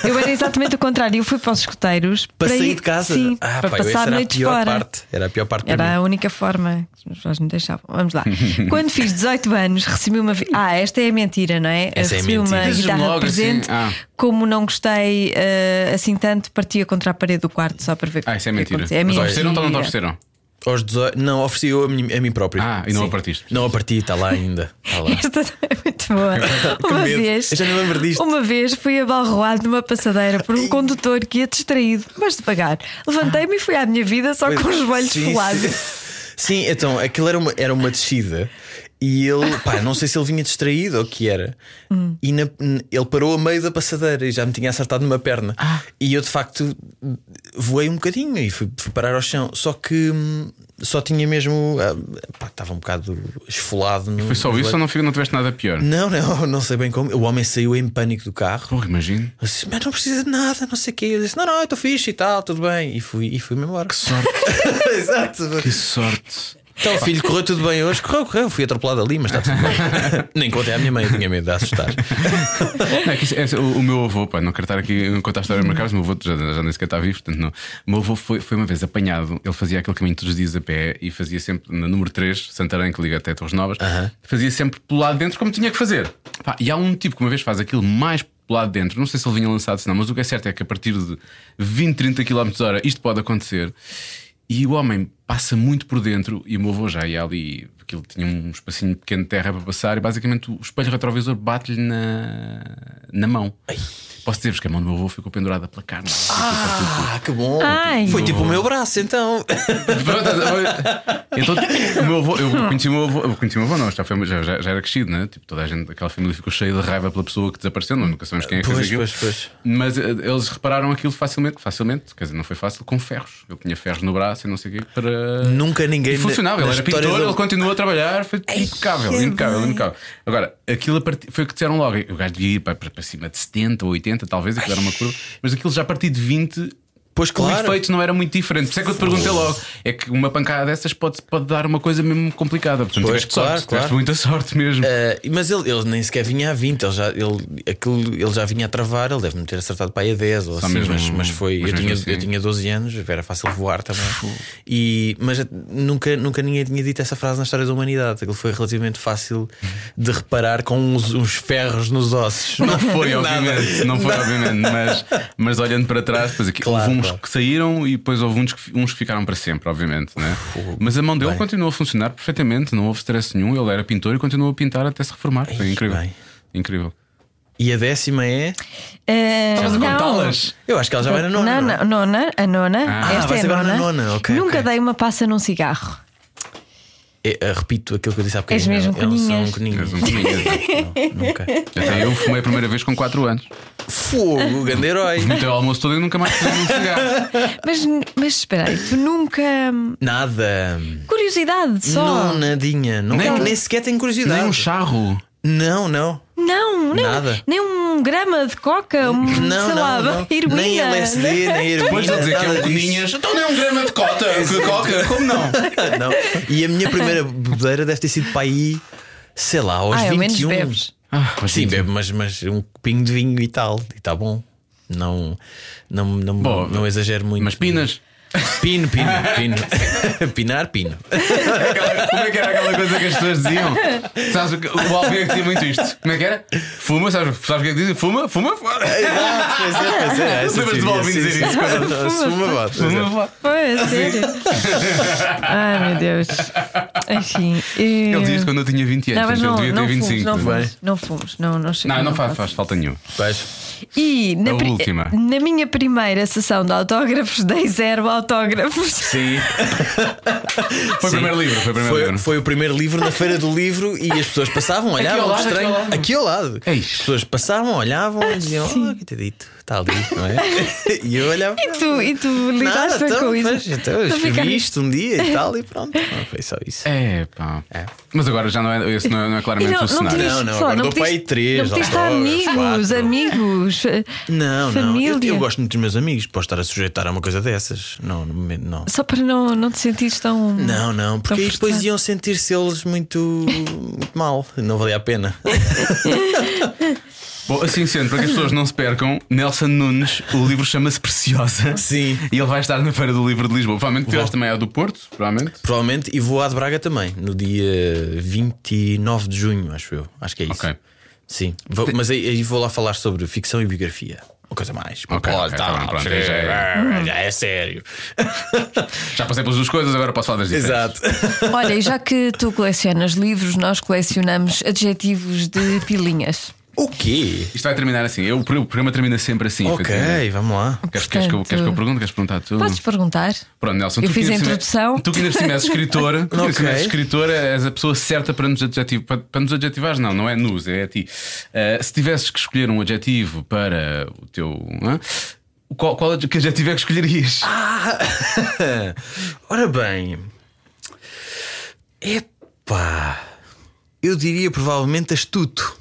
Speaker 3: Eu era exatamente o contrário. Eu fui para os escuteiros
Speaker 4: Para sair
Speaker 3: ir-
Speaker 4: de casa?
Speaker 3: Sim,
Speaker 4: Ah,
Speaker 3: para
Speaker 4: pá, essa
Speaker 3: passar
Speaker 4: era a
Speaker 3: noites
Speaker 4: pior
Speaker 3: fora.
Speaker 4: parte. Era a pior parte para
Speaker 3: Era
Speaker 4: mim.
Speaker 3: a única forma que os pais me deixavam. Vamos lá. Quando fiz 18 anos, recebi uma. vi- Ah, esta é a mentira, não é?
Speaker 4: Essa é a
Speaker 3: recebi
Speaker 4: mentira.
Speaker 3: uma
Speaker 2: Dizes-me
Speaker 3: guitarra
Speaker 2: logo,
Speaker 3: de presente.
Speaker 2: assim, ah.
Speaker 3: Como não gostei eh, assim tanto, partia contra a parede do quarto só para ver.
Speaker 2: Ah, isso é
Speaker 3: o que
Speaker 2: mentira.
Speaker 3: acontecia. É
Speaker 2: mas
Speaker 3: mentira.
Speaker 2: ofereceram ou não te ofereceram?
Speaker 4: Aos 18, não, ofereci eu a mim, a mim próprio.
Speaker 2: Ah, e não a partiste.
Speaker 4: Não a parti, está lá ainda. Está lá.
Speaker 3: Esta também é muito boa.
Speaker 4: Que
Speaker 3: Uma
Speaker 4: medo.
Speaker 3: vez,
Speaker 4: Eu já não lembro disto.
Speaker 3: uma vez fui abalroado numa passadeira por um condutor que ia distraído, mas devagar. Levantei-me e fui à minha vida só com os joelhos
Speaker 4: Sim,
Speaker 3: folados.
Speaker 4: Sim, Sim, então aquilo era uma, era uma descida E ele, pá, não sei se ele vinha distraído ou o que era.
Speaker 3: Hum.
Speaker 4: E na- n- ele parou a meio da passadeira e já me tinha acertado numa perna.
Speaker 3: Ah.
Speaker 4: E eu, de facto, voei um bocadinho e fui, fui parar ao chão. Só que hum, só tinha mesmo. ah, pá, estava um bocado esfolado. No,
Speaker 2: Foi só
Speaker 4: no
Speaker 2: isso ou não, fica- não tiveste nada pior?
Speaker 4: não, não, não sei bem como. O homem saiu em pânico do carro.
Speaker 2: Porra, imagino.
Speaker 4: Eu disse, mas não precisa de nada, não sei o quê. Eu disse, não, não, eu estou fixe e tal, tudo bem. E fui e fui-me embora.
Speaker 2: Que sorte,
Speaker 4: Exato.
Speaker 2: que sorte.
Speaker 4: Então, filho, correu tudo bem hoje? Correu, correu. Fui atropelado ali, mas está tudo bem. Nem contei à minha mãe, eu tinha medo de assustar.
Speaker 2: Não, é que isso- é- o, o meu avô, pá, não quero estar aqui a contar a história do meu caso, o meu avô já, já nem sequer está vivo, portanto não. O meu avô foi, foi uma vez apanhado, ele fazia aquele caminho todos os dias a pé e fazia sempre, na número 3, Santarém, que liga até Torres Novas, fazia sempre pelo lado de dentro como tinha que fazer. Pá, e há um tipo que uma vez faz aquilo mais pelo lado de dentro, não sei se ele vinha lançado, se não, mas o que é certo é que a partir de 20, 30 km hora isto pode acontecer. E o homem passa muito por dentro e o meu avô já ia ali, porque ele tinha um espacinho pequeno de terra para passar e basicamente o espelho retrovisor bate-lhe na, na mão. Posso dizer-vos que a mão do meu avô ficou pendurada pela carne.
Speaker 4: Ah, que bom.
Speaker 3: Ai.
Speaker 4: Foi tipo o meu braço, então.
Speaker 2: Então, o meu avô, eu conheci o meu avô, eu conheci o meu avô, não, já, foi- já, já- já era crescido, né? Tipo, toda a gente, aquela família ficou cheia de raiva pela pessoa que desapareceu, não, nunca sabemos quem é que fez
Speaker 4: Pois,
Speaker 2: aquilo.
Speaker 4: pois, pois.
Speaker 2: Mas eh, eles repararam aquilo facilmente, facilmente, quer dizer, não foi fácil, com ferros. Ele tinha ferros no braço e não sei o quê para.
Speaker 4: Nunca ninguém.
Speaker 2: E
Speaker 4: na-
Speaker 2: funcionava, ele
Speaker 4: na
Speaker 2: era
Speaker 4: história
Speaker 2: pintor,
Speaker 4: do-
Speaker 2: ele continuou a trabalhar, foi impecável, impecável, impecável. Agora, aquilo a partir- foi o que disseram logo. O gajo devia ir para, para cima de 70 ou 80, talvez, aquilo era uma curva, mas aquilo já a partir de 20.
Speaker 4: Pois,
Speaker 2: O
Speaker 4: claro.
Speaker 2: efeito não era muito diferente. Por isso é que eu te perguntei logo: é que uma pancada dessas pode, pode dar uma coisa mesmo complicada. Portanto,
Speaker 4: Pois,
Speaker 2: tiveste
Speaker 4: claro,
Speaker 2: sorte,
Speaker 4: claro.
Speaker 2: tiveste muita sorte mesmo.
Speaker 4: Ah, mas ele, ele nem sequer vinha a 20, ele já, ele, aquilo, ele já vinha a travar, ele deve-me ter acertado para aí a 10 ou
Speaker 2: Só
Speaker 4: assim,
Speaker 2: mesmo-
Speaker 4: mas, mas foi.
Speaker 2: mas
Speaker 4: eu,
Speaker 2: mesmo
Speaker 4: tinha,
Speaker 2: assim.
Speaker 4: eu tinha 12 anos, era fácil voar também. E, mas nunca, nunca ninguém tinha dito essa frase na história da humanidade. Aquilo foi relativamente fácil de reparar com uns, uns ferros nos ossos.
Speaker 2: Não foi,
Speaker 4: Nada.
Speaker 2: obviamente, não foi, obviamente, mas, mas olhando para trás, depois aqui,
Speaker 4: Claro,
Speaker 2: houve uns
Speaker 4: claro.
Speaker 2: que saíram e depois houve uns que, fi- uns que ficaram para sempre, obviamente. Né? Mas a mão dele continuou a funcionar perfeitamente, não houve stress nenhum. Ele era pintor e continuou a pintar até se reformar. Foi
Speaker 4: Ai,
Speaker 2: incrível.
Speaker 4: bem.
Speaker 2: Incrível.
Speaker 4: E a décima é.
Speaker 3: Eh, não.
Speaker 4: Eu acho que ela já vai na
Speaker 3: Não,
Speaker 4: nona. não é?
Speaker 3: não, nona, a nona,
Speaker 2: Ah,
Speaker 3: esta
Speaker 4: vai-se
Speaker 3: é a
Speaker 4: agora
Speaker 3: nona.
Speaker 4: na nona, ok,
Speaker 3: Nunca
Speaker 4: ok.
Speaker 3: dei uma passa num cigarro.
Speaker 4: É, ah, repito aquilo que eu disse há bocadinho.
Speaker 3: És mesmo
Speaker 4: elas são
Speaker 2: És
Speaker 4: coninhas.
Speaker 2: um coninhas.
Speaker 4: Não, nunca.
Speaker 2: Até eu fumei a primeira vez com 4 anos.
Speaker 4: Fogo, grande herói.
Speaker 2: Meteu o almoço todo e nunca mais fumei um cigarro.
Speaker 3: Mas, mas espera aí, tu nunca. hum,
Speaker 4: Nada.
Speaker 3: Curiosidade só.
Speaker 4: Não, nadinha. Não, é
Speaker 2: Nem- um
Speaker 4: nem, nem sequer tenho curiosidade.
Speaker 2: Nem um charro.
Speaker 4: Não, não.
Speaker 3: Não, nem,
Speaker 4: Nada.
Speaker 3: nem um grama de coca, um,
Speaker 4: Não,
Speaker 3: sei
Speaker 4: não,
Speaker 3: lá,
Speaker 4: não.
Speaker 3: heroína.
Speaker 4: Nem é assim. LSD, nem heroína.
Speaker 2: Depois de dizer que é um
Speaker 4: nada disso.
Speaker 2: coninhas, então nem um grama de cota. Que coca, como não?
Speaker 4: Não. E a minha primeira bebedeira deve ter sido para aí, sei lá, aos
Speaker 3: Ah, ao menos
Speaker 4: 21.
Speaker 3: bebes.
Speaker 2: Ah, mas
Speaker 4: Sim,
Speaker 2: gente,
Speaker 4: bebo, mas, mas um copinho de vinho e tal. E está bom. Não, não, não,
Speaker 2: Bom,
Speaker 4: não exagero muito.
Speaker 2: Mas pinas.
Speaker 4: Pino, pino, pino. Pinar, pino.
Speaker 2: Aquela- Como é que era aquela coisa que as pessoas diziam? Sabes o que o Alvin é que dizia muito isto? Como é que era? Fuma, sabes, sabes o que é que dizem? Fuma, fuma, fora.
Speaker 4: Exato, pois é, pois é. Essa
Speaker 2: Lembras-te de
Speaker 4: teoria,
Speaker 2: Balvin
Speaker 4: sim,
Speaker 2: dizer
Speaker 4: sim.
Speaker 2: isso?
Speaker 4: Se fuma, bate, pois é.
Speaker 2: Fuma, fora.
Speaker 3: Foi, a sério. Ai meu Deus. Enfim.
Speaker 2: Ele dizia isto quando eu tinha 20
Speaker 3: Não, mas
Speaker 2: anos,
Speaker 3: não,
Speaker 2: portanto, ele
Speaker 3: não
Speaker 2: devia ter
Speaker 3: fumes,
Speaker 2: 25. não
Speaker 3: não
Speaker 2: é?
Speaker 3: fumes, não fumes, não, não chega.
Speaker 2: Não, não faz, faz falta nenhuma.
Speaker 4: Pois.
Speaker 3: E na,
Speaker 2: A
Speaker 3: pri-
Speaker 2: última.
Speaker 3: na minha primeira sessão de autógrafos, dei zero autógrafos.
Speaker 4: Sim.
Speaker 2: Foi o
Speaker 4: Sim.
Speaker 2: primeiro livro, foi o primeiro
Speaker 4: Foi,
Speaker 2: livro.
Speaker 4: foi o primeiro livro na feira do livro e as pessoas passavam, olhavam,
Speaker 2: ao lado,
Speaker 4: que estranho.
Speaker 2: aqui ao lado.
Speaker 4: Aqui ao lado.
Speaker 2: É
Speaker 4: As
Speaker 2: isso.
Speaker 4: pessoas passavam, olhavam e diziam, oh, que te dito, está ali, não é? E eu olhava.
Speaker 3: E tu, e tu
Speaker 4: Nada,
Speaker 3: lidaste
Speaker 4: então,
Speaker 3: com isso.
Speaker 4: pois, então, eu
Speaker 3: Tu
Speaker 4: escrevi
Speaker 3: ficaste-
Speaker 4: isto um dia e tal, e pronto. Não, foi só isso.
Speaker 2: É, pá. Mas agora já não é, esse não é, não é
Speaker 3: E
Speaker 2: claramente
Speaker 3: Então, não,
Speaker 2: o
Speaker 3: não
Speaker 2: cenário.
Speaker 3: pediste,
Speaker 4: Não, não,
Speaker 3: sei lá,
Speaker 4: agora dou
Speaker 3: pediste-
Speaker 4: para aí três
Speaker 3: Não pediste a amigos,
Speaker 4: autógrafos, quatro.
Speaker 3: amigos, fa-
Speaker 4: Não,
Speaker 3: família.
Speaker 4: não. Eu, eu gosto muito dos meus amigos, posso estar a sujeitar a uma coisa dessas. Não, no momento, não.
Speaker 3: Só para não, não te sentires tão.
Speaker 4: Não, não, porque
Speaker 3: tão
Speaker 4: aí depois
Speaker 3: frustrado.
Speaker 4: iam sentir-se eles muito, muito mal. Não valia a pena.
Speaker 2: Bom, assim sendo, para que as pessoas não se percam, Nelson Nunes, o livro chama-se Preciosa.
Speaker 4: Sim.
Speaker 2: E ele vai estar na Feira do Livro de Lisboa. Provavelmente tiveste
Speaker 4: Vou.
Speaker 2: também a do Porto, provavelmente.
Speaker 4: Provavelmente, e vou à de Braga também, no dia 29 de junho, acho eu. Acho que é isso.
Speaker 2: Ok.
Speaker 4: Sim, Vou- mas aí, aí vou lá falar sobre ficção e biografia. Uma coisa mais. popular,
Speaker 2: ok,
Speaker 4: tá
Speaker 2: tá
Speaker 4: lá,
Speaker 2: bem, pronto,
Speaker 4: já,
Speaker 2: aí já é-
Speaker 4: é, já é sério.
Speaker 2: Já passei pelas duas coisas, agora posso falar das diferentes.
Speaker 4: Exato.
Speaker 3: Olha, e já que tu colecionas livros, nós colecionamos adjetivos de pilinhas.
Speaker 4: O quê?
Speaker 2: Isto vai terminar assim. Eu, o programa termina sempre assim. efetivamente.
Speaker 4: Ok, vamos lá.
Speaker 2: Queres, queres que eu, queres que eu
Speaker 3: Portanto,
Speaker 2: pergunte? Queres perguntar tu?
Speaker 3: Podes perguntar?
Speaker 2: Pronto, Nelson,
Speaker 3: Eu
Speaker 2: tu que
Speaker 3: fiz a
Speaker 2: ainda por cima-
Speaker 3: introdução.
Speaker 2: Tu que ainda por cima és escritora, tu que ainda por cima és
Speaker 4: Ok.
Speaker 2: escritora, és a pessoa certa para nos, adjetivo, para, para nos adjetivar. Não, não é nos, é a ti. Ah, se tivesses que escolher um adjetivo para o teu. hã? Qual, qual adje- que adjetivo é que escolherias?
Speaker 4: Ora bem. Epá. Eu diria provavelmente astuto.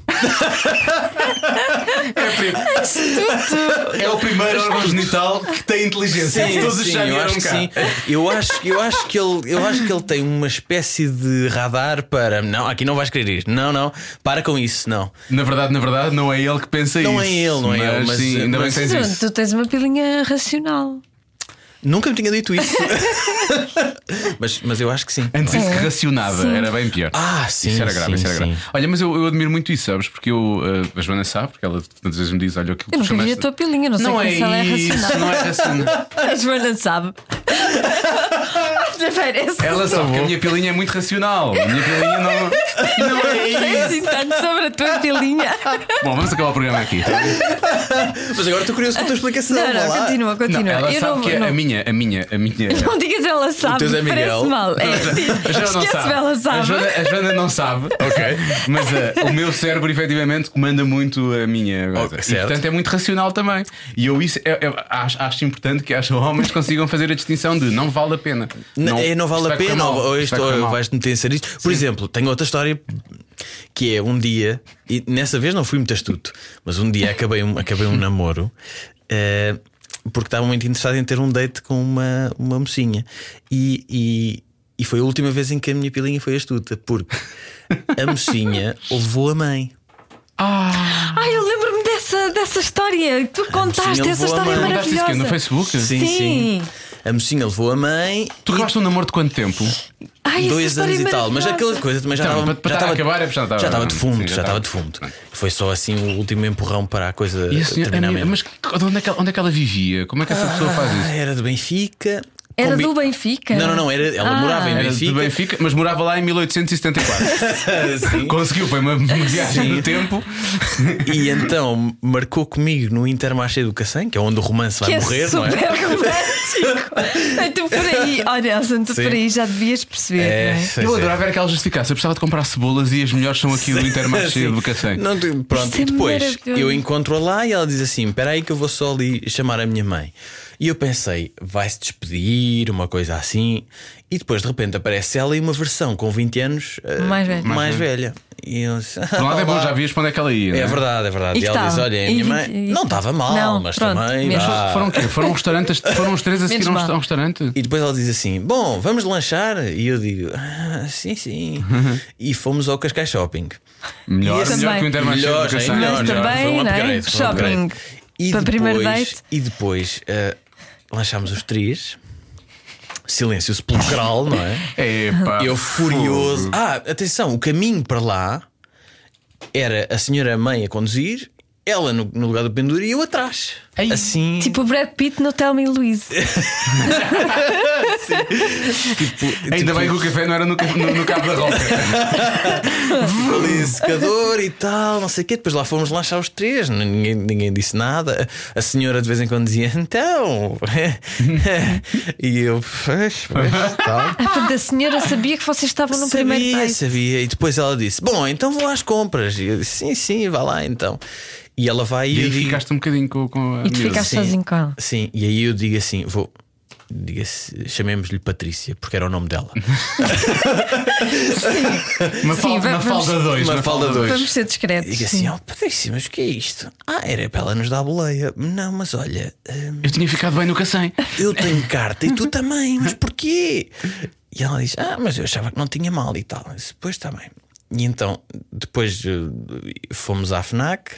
Speaker 2: é o primeiro órgão genital que tem inteligência. Todos já
Speaker 4: eu
Speaker 2: vieram
Speaker 4: acho que
Speaker 2: cá.
Speaker 4: sim. Eu acho, eu, acho que ele, eu acho que ele tem uma espécie de radar para. Não, aqui não vais querer ir. Não, não. Para com isso, não.
Speaker 2: Na verdade, na verdade, não é ele que pensa
Speaker 4: Não
Speaker 2: isso.
Speaker 4: é ele, não é ele, mas-
Speaker 2: sim, ainda
Speaker 4: mas-
Speaker 2: bem que tens
Speaker 3: Tu,
Speaker 2: isso.
Speaker 3: tu tens uma pilinha racional.
Speaker 4: Nunca me tinha dito isso. mas, mas eu acho que sim.
Speaker 2: Antes isso que
Speaker 3: É.
Speaker 2: racionava,
Speaker 3: Sim.
Speaker 2: era bem pior.
Speaker 4: Ah, sim,
Speaker 2: Isso era grave,
Speaker 4: sim,
Speaker 2: isso era grave.
Speaker 4: sim.
Speaker 2: Olha, mas eu, eu admiro muito isso, sabes? Porque eu, eh, a Joana sabe, porque ela tantas vezes me diz: olha, o que
Speaker 3: Eu nunca vi a
Speaker 2: chamaste-
Speaker 3: tua pilinha, não,
Speaker 2: Não é
Speaker 3: sei se ela é racional.
Speaker 2: isso, não é racional.
Speaker 3: A Joana sabe. Parece
Speaker 2: Ela sabe que a minha pilinha é muito racional. A minha pilinha não. Não é
Speaker 3: que sei
Speaker 2: isso.
Speaker 3: assim tanto sobre a tua pilinha.
Speaker 2: Bom, vamos acabar o programa aqui.
Speaker 4: Mas agora estou curioso com a tua explicação.
Speaker 3: Não,
Speaker 4: vá
Speaker 3: não,
Speaker 4: lá.
Speaker 3: continua,
Speaker 2: Não,
Speaker 3: continua.
Speaker 2: ela
Speaker 3: eu
Speaker 2: sabe
Speaker 3: não,
Speaker 2: que é
Speaker 3: não,
Speaker 2: a minha, a minha, a minha.
Speaker 3: não digas ela sabe,
Speaker 4: teu Zé
Speaker 3: parece
Speaker 4: Miguel.
Speaker 3: mal. É,
Speaker 2: A Joana não
Speaker 3: esquece
Speaker 2: sabe.
Speaker 3: ela
Speaker 2: A
Speaker 3: sabe.
Speaker 2: Joana, a Joana não sabe, ok. Mas eh, o meu cérebro, efetivamente, comanda muito a minha. coisa.
Speaker 4: Ok,
Speaker 2: e,
Speaker 4: certo.
Speaker 2: portanto, é muito racional também. E eu isso é- é- acho, acho importante que as homens consigam fazer a distinção de não vale a pena.
Speaker 4: Não, é, não vale
Speaker 2: isto
Speaker 4: a
Speaker 2: vai correr
Speaker 4: pena,
Speaker 2: mal,
Speaker 4: ou, ou
Speaker 2: isto
Speaker 4: isto,
Speaker 2: vai correr
Speaker 4: ou
Speaker 2: mal.
Speaker 4: vais-te meter em ser isto. Por exemplo, tenho outra história que é um dia, e nessa vez não fui muito astuto, mas um dia acabei um, acabei um namoro. eh, porque estava muito interessado em ter um date com uma, uma mocinha. E, e, e foi a última vez em que a minha pilinha foi astuta, porque a mocinha levou a mãe.
Speaker 3: Ai, eu lembro-me dessa, dessa história. Tu contaste
Speaker 4: ele
Speaker 3: essa
Speaker 4: voa,
Speaker 3: história
Speaker 4: mano.
Speaker 2: Contaste isso
Speaker 3: maravilhosa.
Speaker 2: aqui é no Facebook?
Speaker 4: Sim,
Speaker 3: Sim.
Speaker 4: sim. A mocinha levou a mãe,
Speaker 2: Tu acabaste um namoro de quanto tempo?
Speaker 3: Ai, essa
Speaker 4: dois
Speaker 3: história
Speaker 4: anos e
Speaker 3: é
Speaker 4: tal, mas
Speaker 3: maravilhosa.
Speaker 4: aquela coisa também já
Speaker 2: Então,
Speaker 4: estava
Speaker 2: para- para
Speaker 4: já
Speaker 2: estar a
Speaker 4: estava-
Speaker 2: acabar, é porque já estava-
Speaker 4: de
Speaker 2: sim, tá.
Speaker 4: fundo,
Speaker 2: já
Speaker 4: já estava
Speaker 2: estava-
Speaker 4: de fundo. Foi só assim o último empurrão para a coisa
Speaker 2: E a senhora-
Speaker 4: terminar
Speaker 2: a minha-
Speaker 4: Eh, mesmo.
Speaker 2: mas que- onde é, que ela, onde é que ela vivia? Como é que essa pessoa faz
Speaker 4: Ah,
Speaker 2: isso?
Speaker 4: era de Benfica.
Speaker 3: Era
Speaker 4: Combi-
Speaker 3: do Benfica? Ah,
Speaker 4: Não, não, não, era- ela morava em
Speaker 2: Era de
Speaker 4: Benfica.
Speaker 2: Benfica, mas morava lá em 1874.
Speaker 4: Sim.
Speaker 2: Conseguiu, foi uma uma viagem no tempo.
Speaker 4: E então marcou comigo no Intermarché do Cacém, que é onde o romance
Speaker 3: Que
Speaker 4: vai
Speaker 3: é
Speaker 4: morrer, não
Speaker 3: super
Speaker 4: é?
Speaker 3: romântico. Ai, tu por aí, olha, Elson, tu
Speaker 4: Sim.
Speaker 3: por aí já devias perceber.
Speaker 4: É,
Speaker 3: não é?
Speaker 4: sei,
Speaker 2: eu
Speaker 4: sei.
Speaker 2: adorava era que ela justificasse. Eu precisava de comprar cebolas e as melhores são aqui do Intermarché
Speaker 4: Sim.
Speaker 2: de Bacacém.
Speaker 4: Não, tu- pronto,
Speaker 3: Isso é
Speaker 4: e depois
Speaker 3: maravilhoso.
Speaker 4: eu encontro-a lá e ela diz assim: Espera aí que eu vou só ali chamar a minha mãe. E eu pensei, vai-se despedir, uma coisa assim. E depois de repente aparece ela e uma versão com 20 anos eh,
Speaker 3: Mais velha.
Speaker 4: mais velha. E eu disse,
Speaker 2: Por um lado é bom,
Speaker 4: "Olá."
Speaker 2: já vias para onde é que ela ia. não
Speaker 4: É verdade, é verdade.
Speaker 3: E
Speaker 4: E,
Speaker 3: que
Speaker 4: ela diz:
Speaker 3: tal?
Speaker 4: Olha,
Speaker 3: E
Speaker 4: a minha
Speaker 3: vinte-
Speaker 4: mãe
Speaker 3: e-
Speaker 4: não estava mal,
Speaker 3: Não,
Speaker 4: mas
Speaker 3: pronto,
Speaker 4: também.
Speaker 3: mesmo.
Speaker 4: vá."
Speaker 2: Foram o quê? Foram restaurantes, foram os três a seguir
Speaker 3: Menos
Speaker 2: a um resta-
Speaker 3: mal.
Speaker 2: a um restaurante?
Speaker 4: E depois ela diz assim: Bom, vamos lanchar? E eu digo: ah, Sim, sim. e fomos ao Cascais Shopping.
Speaker 2: Melhor,
Speaker 4: esse
Speaker 2: melhor que o
Speaker 3: também.
Speaker 2: Intermarché de
Speaker 4: Melhor,
Speaker 2: Bacacém.
Speaker 4: ainda melhor,
Speaker 3: Mas
Speaker 4: melhor. Foi
Speaker 3: também,
Speaker 4: um
Speaker 3: não é?
Speaker 4: upgrade, foi um upgrade.
Speaker 3: Shopping.
Speaker 4: E
Speaker 3: Para
Speaker 4: depois,
Speaker 3: primeiro date.
Speaker 4: E depois ah, lanchámos os três. Silêncio sepulcral, não é?
Speaker 2: Epá,
Speaker 4: Eu
Speaker 2: Ah, fogo.
Speaker 4: furioso. Ah, atenção, o caminho para lá era a senhora mãe a conduzir, ela no, no lugar do pendura e eu atrás.
Speaker 2: Ei.
Speaker 4: Assim.
Speaker 3: Tipo o Brad Pitt no Tell Me Louise.
Speaker 4: tipo,
Speaker 2: Ainda bem que o café não era no, ca- no- no cabo da roca.
Speaker 4: ali secador e tal, não sei o quê. Depois lá fomos lanchar os três, n- ninguém, ninguém disse nada. A senhora de vez em quando dizia então. e eu, pois, pois, tal.
Speaker 3: Ah, portanto, a senhora sabia que vocês estavam no primeiro
Speaker 4: Sabia,
Speaker 3: date.
Speaker 4: sabia. E depois ela disse: Bom, então vou às compras. E eu disse: Sim, sim, vá lá então. E ela vai
Speaker 2: E
Speaker 4: eu
Speaker 2: aí
Speaker 4: digo-
Speaker 2: ficaste um bocadinho com, com a
Speaker 3: E tu
Speaker 2: miúda.
Speaker 3: ficaste
Speaker 4: Sim.
Speaker 3: sozinho com ela.
Speaker 4: Sim, e aí eu digo assim: Vou. diga chamemos-lhe Patrícia, porque era o nome dela.
Speaker 2: Uma falda-
Speaker 3: Sim,
Speaker 2: uma
Speaker 3: vamos-
Speaker 2: falda 2.
Speaker 4: Uma falda dois.
Speaker 3: Vamos ser discretos.
Speaker 4: Digo assim: Oh, Patrícia, mas o que é isto? Ah, era para ela nos dar a boleia. Não, mas olha, hum,
Speaker 2: Eu tinha ficado bem no cacém.
Speaker 4: eu tenho carta e tu também, mas porquê? E ela diz: Ah, mas eu achava que não tinha mal e tal. Eu disse, pois está bem. E então, depois eh, fomos à FNAC,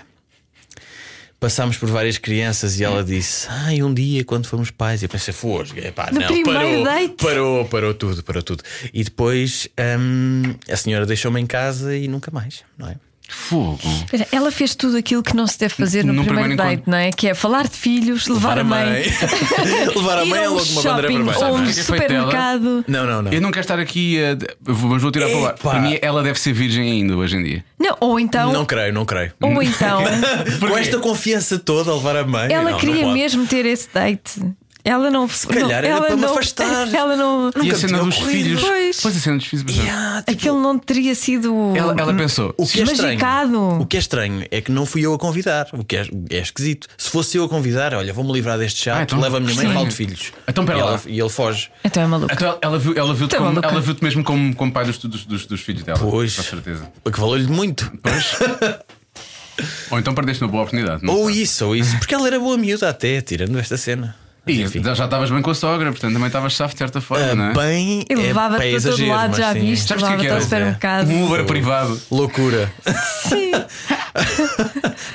Speaker 4: passámos por várias crianças e ela disse: Ai, um dia quando fomos pais. E eu pensei: Fosga, epá,
Speaker 3: No
Speaker 4: não,
Speaker 3: primeiro
Speaker 4: parou,
Speaker 3: date?
Speaker 4: parou, parou tudo, parou tudo. E depois hum, a senhora deixou-me em casa e nunca mais, não é?
Speaker 2: Fogo.
Speaker 3: Pois é, Ela fez tudo aquilo que não se deve fazer no,
Speaker 2: No
Speaker 3: primeiro,
Speaker 2: primeiro
Speaker 3: date,
Speaker 2: encontro.
Speaker 3: não é? Que é falar de filhos, levar, a mãe,
Speaker 4: Levar a
Speaker 3: ir
Speaker 4: mãe é
Speaker 3: a um
Speaker 4: logo uma
Speaker 3: shopping
Speaker 4: bandeira vermelha.
Speaker 3: ou
Speaker 2: Sabe o
Speaker 3: um
Speaker 2: que é que foi dela?
Speaker 3: supermercado.
Speaker 4: Não, não, não.
Speaker 2: Eu não quero estar aqui a. Mas vou tirar para lá.
Speaker 4: Epá.
Speaker 2: Para mim, ela deve ser virgem ainda hoje em dia.
Speaker 3: Não, ou então,
Speaker 4: Não creio, não creio.
Speaker 3: ou então
Speaker 4: Com esta confiança toda, levar a mãe.
Speaker 3: ela
Speaker 4: não,
Speaker 3: queria
Speaker 4: não pode.
Speaker 3: mesmo ter esse date. Ela não. Se
Speaker 4: calhar
Speaker 3: não,
Speaker 4: era
Speaker 3: ela
Speaker 4: para me
Speaker 3: não,
Speaker 4: afastar.
Speaker 3: Ela não.
Speaker 2: e a
Speaker 4: Nunca
Speaker 2: cena
Speaker 4: tinha
Speaker 2: dos
Speaker 4: ocorrido.
Speaker 2: filhos.
Speaker 3: Pois.
Speaker 2: a cena dos filhos. mas-
Speaker 4: Yeah, tipo,
Speaker 3: Aquele não teria sido. Hum.
Speaker 2: Ela, ela pensou.
Speaker 4: é um O que, é estranho,
Speaker 3: Magicado.
Speaker 4: o que é estranho é que não fui eu a convidar, o que é, é esquisito. Se fosse eu a convidar, olha, vou-me livrar deste chato,
Speaker 2: Ah, então,
Speaker 4: leva a minha mãe e
Speaker 2: estranho.
Speaker 4: falo de filhos.
Speaker 2: Então, pera
Speaker 4: e,
Speaker 2: lá.
Speaker 4: ela- e ele foge.
Speaker 3: Então é maluco.
Speaker 2: Então ela- ela viu- ela viu-te
Speaker 3: Tá
Speaker 2: como-
Speaker 3: maluca.
Speaker 2: ela viu-te mesmo como, como pai dos, dos, dos- dos filhos dela.
Speaker 4: Pois.
Speaker 2: Com certeza.
Speaker 4: O que valeu-lhe muito.
Speaker 2: Ou então perdeste uma boa oportunidade. não
Speaker 4: Ou
Speaker 2: sei.
Speaker 4: isso, ou isso. Porque ela era boa miúda até, tirando esta cena. Mas,
Speaker 2: E
Speaker 4: enfim.
Speaker 2: já já estavas bem com a sogra, portanto também estavas safo de certa forma, não é?
Speaker 4: Ah, Bem,
Speaker 3: E levava-te para
Speaker 4: é, pá, é
Speaker 3: todo
Speaker 4: exagero,
Speaker 3: lado,
Speaker 4: mas
Speaker 3: já
Speaker 4: sim.
Speaker 3: viste?
Speaker 2: Sabes o que é que
Speaker 3: Levava-te ao
Speaker 2: era?
Speaker 3: supermercado.
Speaker 2: Um Uber privado.
Speaker 4: Loucura.
Speaker 3: Sim.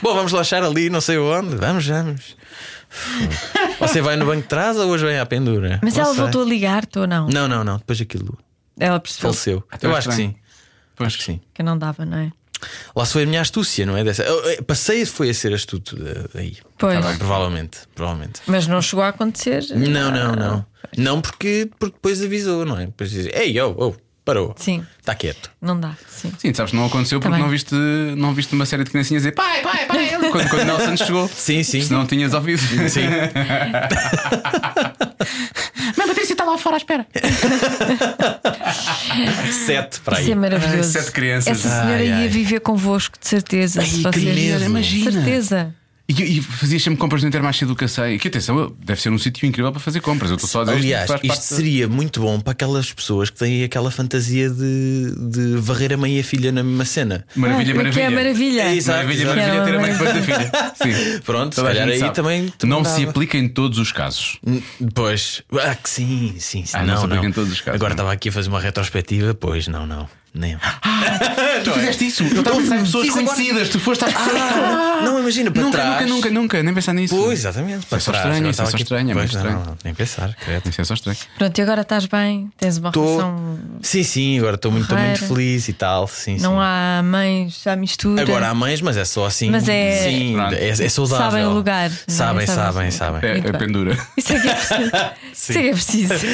Speaker 4: Bom, vamos lá achar ali, não sei onde. Vamos, vamos. Você vai no banco de trás ou hoje vem à pendura?
Speaker 3: Mas
Speaker 4: Não
Speaker 3: ela
Speaker 4: sei.
Speaker 3: voltou a ligar-te ou não?
Speaker 4: Não, não, não. Depois aquilo
Speaker 3: Ela percebeu
Speaker 4: faleceu.
Speaker 2: Então
Speaker 4: Eu
Speaker 2: é
Speaker 4: acho que
Speaker 2: estranho.
Speaker 4: sim.
Speaker 2: Pois.
Speaker 4: Acho que sim.
Speaker 3: que não
Speaker 2: Tá
Speaker 3: dava, não é?
Speaker 4: Lá se foi a minha astúcia, não é? Dessa. Eu, eu passei foi a ser astuto eh, da- daí.
Speaker 3: Pois. Tá bem.
Speaker 4: provavelmente, provavelmente.
Speaker 3: Mas não chegou a acontecer. Ah,
Speaker 4: Não, não, não. Não porque, porque depois avisou, não é? Depois diz, ei, oh, oh, parou.
Speaker 3: Sim.
Speaker 4: Está quieto.
Speaker 3: Não dá, sim.
Speaker 2: Sim, sabes que não aconteceu porque
Speaker 3: Tá bem.
Speaker 2: não viste, não viste uma série de criancinhas dizer pai, pai, pai, ele", quando, quando Nelson chegou.
Speaker 4: Sim, sim.
Speaker 2: Se não tinhas ouvido.
Speaker 4: Sim.
Speaker 2: Mas Patrícia está lá fora à espera.
Speaker 4: Sete para aí.
Speaker 3: Isso é maravilhoso.
Speaker 2: Ai, sete crianças.
Speaker 3: Essa senhora
Speaker 4: Ai, ai.
Speaker 3: ia viver convosco, de certeza.
Speaker 4: Ai,
Speaker 3: se
Speaker 4: que
Speaker 3: vocês
Speaker 4: medo.
Speaker 3: virem.
Speaker 2: Imagina.
Speaker 3: Certeza.
Speaker 2: E, e fazias sempre compras no Intermarché do Cacei. Que atenção, eu- deve ser um sítio incrível para fazer compras. Eu estou só a dizer
Speaker 4: Aliás,
Speaker 2: isto, faz
Speaker 4: isto
Speaker 2: parte da-
Speaker 4: seria muito bom para aquelas pessoas que têm aquela fantasia de, de varrer a mãe e a filha na mesma cena.
Speaker 2: Maravilha,
Speaker 3: Ah, Que
Speaker 2: maravilha.
Speaker 3: é maravilha.
Speaker 4: Exato.
Speaker 2: Maravilha,
Speaker 4: exato.
Speaker 2: maravilha
Speaker 3: Que
Speaker 2: ter
Speaker 3: era
Speaker 2: a mãe
Speaker 3: uma
Speaker 2: depois da filha. Sim.
Speaker 4: Pronto, se
Speaker 2: Toda a
Speaker 4: calhar
Speaker 2: gente
Speaker 4: aí
Speaker 2: sabe.
Speaker 4: também. também
Speaker 2: Não se
Speaker 4: dava.
Speaker 2: aplica em todos os casos.
Speaker 4: N- Pois, ah, que sim, sim, sim.
Speaker 2: Ah, não se
Speaker 4: não,
Speaker 2: aplica
Speaker 4: não.
Speaker 2: em todos os casos,
Speaker 4: Agora
Speaker 2: não.
Speaker 4: estava aqui a fazer uma retrospectiva, pois não, não. Nem.
Speaker 2: Tu fizeste isso? Eu estava a pensar em pessoas
Speaker 4: Então é. Fiz agora.
Speaker 2: conhecidas. Tu foste às pessoas.
Speaker 4: não, imagina, para
Speaker 2: Ah! Nunca,
Speaker 4: trás.
Speaker 2: nunca, nunca, nunca. Nem pensar nisso.
Speaker 4: Pois, exatamente. Para
Speaker 2: é só
Speaker 4: trás.
Speaker 2: estranho,
Speaker 4: Agora
Speaker 2: isso é
Speaker 4: estava
Speaker 2: só
Speaker 4: aqui-
Speaker 2: estranho, é
Speaker 4: pois,
Speaker 2: muito
Speaker 4: não,
Speaker 2: estranho.
Speaker 4: não, não, nem pensar, credo.
Speaker 2: Isso é só estranho.
Speaker 3: Pronto, e agora estás bem? Tens uma
Speaker 4: Tô-
Speaker 3: relação.
Speaker 4: Sim, sim, agora estou muito, tô muito
Speaker 3: Porreira.
Speaker 4: feliz e tal. Sim,
Speaker 3: Não
Speaker 4: sim.
Speaker 3: há mães, há mistura.
Speaker 4: Agora há mães, mas é só assim.
Speaker 3: Mas é-
Speaker 4: Sim,
Speaker 2: Pronto.
Speaker 4: é, é saudável.
Speaker 3: Sabem o lugar, não é?
Speaker 4: Sabem,
Speaker 3: Sabem.
Speaker 4: sabem, sabem.
Speaker 2: É,
Speaker 3: Muito
Speaker 2: é
Speaker 3: bem.
Speaker 2: pendura.
Speaker 3: Isso é que é preciso. Isso é que é preciso.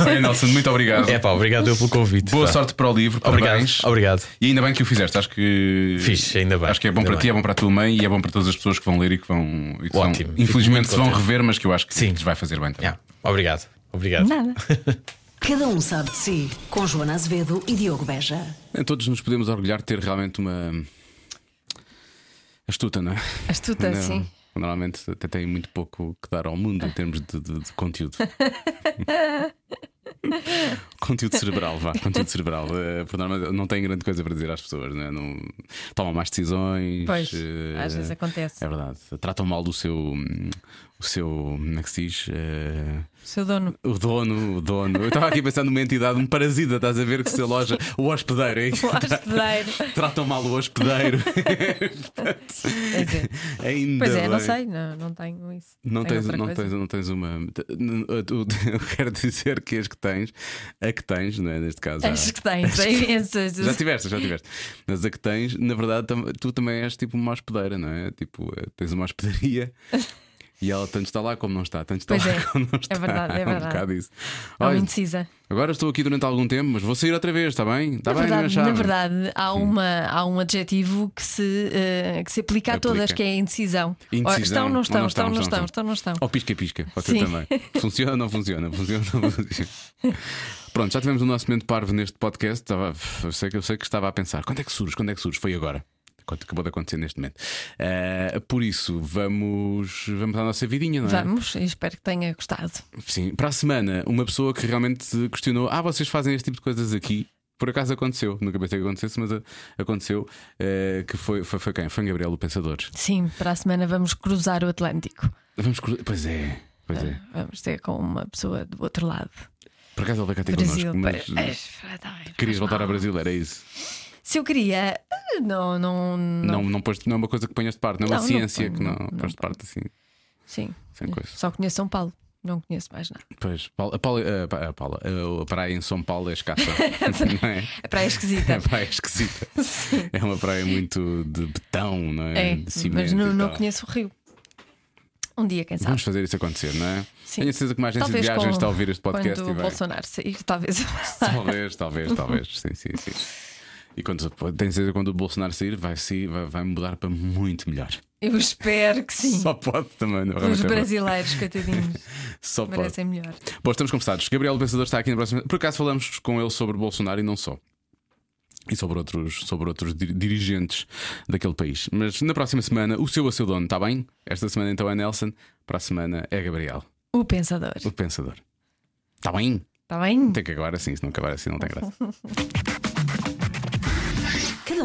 Speaker 2: Olha, Nelson, muito obrigado.
Speaker 4: É pá, obrigado eu pelo convite.
Speaker 2: Boa
Speaker 4: pá.
Speaker 2: sorte para o livro.
Speaker 4: Obrigado,
Speaker 2: parabéns.
Speaker 4: obrigado.
Speaker 2: E ainda bem que o fizeste, acho que.
Speaker 4: Fiz, ainda bem.
Speaker 2: Acho que é bom
Speaker 4: Ainda
Speaker 2: para ti,
Speaker 4: bem.
Speaker 2: é bom para a tua mãe e é bom para todas as pessoas que vão ler e que vão. e que são-
Speaker 4: Ótimo. Fico
Speaker 2: infelizmente
Speaker 4: muito
Speaker 2: se vão
Speaker 4: contente.
Speaker 2: rever, mas que eu acho que
Speaker 4: Sim.
Speaker 2: lhes vai fazer bem também.
Speaker 4: Yeah, Obrigado, obrigado.
Speaker 3: Nada.
Speaker 1: Cada um sabe de si, com Joana Azevedo e Diogo Beja.
Speaker 2: Nem Todos nos podemos orgulhar de ter realmente uma. astuta, não é?
Speaker 3: Astuta,
Speaker 2: Não,
Speaker 3: sim.
Speaker 2: Normalmente até tem muito pouco que dar ao mundo em termos de, de- de conteúdo. conteúdo cerebral, vá, conteúdo cerebral. Eh, por norma, não tem grande coisa para dizer às pessoas, não é? Não, tomam más decisões.
Speaker 3: Pois,
Speaker 2: eh,
Speaker 3: às vezes acontece.
Speaker 2: É verdade. Tratam mal do seu. hum, O seu. Como é que se diz? Eh,
Speaker 3: O seu dono.
Speaker 2: o dono, o dono. Eu estava aqui pensando numa entidade, um parasita, estás a ver que se aloja. O hospedeiro, é hein?
Speaker 3: O hospedeiro.
Speaker 2: Tratam mal o hospedeiro.
Speaker 3: Pois é.
Speaker 2: Ainda
Speaker 3: Pois é, não
Speaker 2: bem.
Speaker 3: sei, não, não tenho isso.
Speaker 2: Não
Speaker 3: Tenho
Speaker 2: tens,
Speaker 3: outra
Speaker 2: não,
Speaker 3: coisa.
Speaker 2: tens, não tens uma. t- n- tu- Eu quero dizer que as que tens, a que tens, não é? Neste caso. já-
Speaker 3: Acho que tens, é imensas.
Speaker 2: Já tiveste, já tiveste. Mas a que tens, na verdade, tam- tu também és tipo uma hospedeira, não é? Tipo, eh, tens uma hospedaria e ela tanto está lá como não está, tanto está
Speaker 3: Pois
Speaker 2: lá
Speaker 3: é.
Speaker 2: como não está.
Speaker 3: verdade, é
Speaker 2: Um
Speaker 3: verdade. É um
Speaker 2: bocado isso.
Speaker 3: Não
Speaker 2: Olha,
Speaker 3: indecisa.
Speaker 2: agora estou aqui durante algum tempo, mas vou sair outra vez, está bem? Está tá bem,
Speaker 3: Na É
Speaker 2: minha
Speaker 3: verdade, na
Speaker 2: chave?
Speaker 3: verdade há, uma, há um adjetivo que se, eh, que se aplica, a todas,
Speaker 2: Aplica.
Speaker 3: que é indecisão.
Speaker 2: Indecisão,
Speaker 3: Ou estão, não estão,
Speaker 2: ou não
Speaker 3: estão, não estão, estão, não estão.
Speaker 2: Ou pisca-pisca, pode ser
Speaker 3: Então. Sim.
Speaker 2: também. Funciona ou não funciona? Funciona ou não funciona? Pronto, já tivemos o nosso momento parvo neste podcast. Estava, eu, sei, que- eu sei que estava a pensar: quando é que surge? Quando é que surge? Foi agora. Quanto acabou de acontecer neste momento. Ah, por isso, vamos, vamos à nossa vidinha, não é?
Speaker 3: Vamos, e espero que tenha gostado.
Speaker 2: Sim, para a semana, uma pessoa que realmente se questionou: ah, vocês fazem este tipo de coisas aqui. Por acaso aconteceu, nunca pensei que acontecesse, mas ah, aconteceu. ah, que foi, foi, foi quem? Foi o Gabriel, o Pensador.
Speaker 3: Sim, para a semana vamos cruzar o Atlântico.
Speaker 2: Vamos cruzar. Pois é, pois é.
Speaker 3: Vamos ter com uma pessoa do outro lado.
Speaker 2: Por acaso ele vai cá ter
Speaker 3: Brasil.
Speaker 2: connosco, né? mas
Speaker 3: para- Ai, tá bem,
Speaker 2: querias
Speaker 3: faz mal.
Speaker 2: voltar a Brasil, era isso.
Speaker 3: Se eu queria. eh, Não, não. não.
Speaker 2: Não, não, poste, não é uma coisa que ponhas de parte, não é uma
Speaker 3: Não, não
Speaker 2: ciência
Speaker 3: ponho,
Speaker 2: que não,
Speaker 3: não, não
Speaker 2: pões de parte assim,
Speaker 3: Sim.
Speaker 2: sem coisa.
Speaker 3: Só conheço São Paulo. Não conheço mais nada.
Speaker 2: Pois, Paula, a Paula, a Pa- a Paula, eh, a praia em São Paulo é escassa. não é?
Speaker 3: A praia é
Speaker 2: É
Speaker 3: esquisita.
Speaker 2: praia esquisita. É uma praia muito de betão, não é?
Speaker 3: É,
Speaker 2: de cimento
Speaker 3: mas
Speaker 2: e
Speaker 3: não, não
Speaker 2: tal.
Speaker 3: conheço o Rio. Um dia, quem sabe?
Speaker 2: Vamos fazer isso acontecer, não é?
Speaker 3: Sim.
Speaker 2: Tenho certeza que uma agência
Speaker 3: Talvez
Speaker 2: de viagens
Speaker 3: com-
Speaker 2: está a ouvir este podcast
Speaker 3: quando
Speaker 2: e
Speaker 3: o
Speaker 2: vai.
Speaker 3: Bolsonaro sair, talvez.
Speaker 2: Talvez, talvez, talvez. Sim, sim, sim. E quando, tenho certeza que quando o Bolsonaro sair, vai, sim, vai, vai mudar para muito melhor.
Speaker 3: Eu espero que sim.
Speaker 2: Só pode também. não é?
Speaker 3: Os
Speaker 2: Realmente é-
Speaker 3: brasileiros, coitadinhos,
Speaker 2: Só pode.
Speaker 3: merecem melhor.
Speaker 2: Bom, estamos conversados. Gabriel do Pensador está aqui na próxima. Por acaso falamos com ele sobre Bolsonaro e não só. E sobre outros, sobre outros dir- dirigentes daquele país. Mas na próxima semana, o seu a seu dono, está bem? Esta semana então é Nelson, para a semana é Gabriel,
Speaker 3: O pensador.
Speaker 2: o pensador. Está bem?
Speaker 3: Está bem?
Speaker 2: Tem que acabar assim, se não acabar assim não tem graça.
Speaker 1: Cada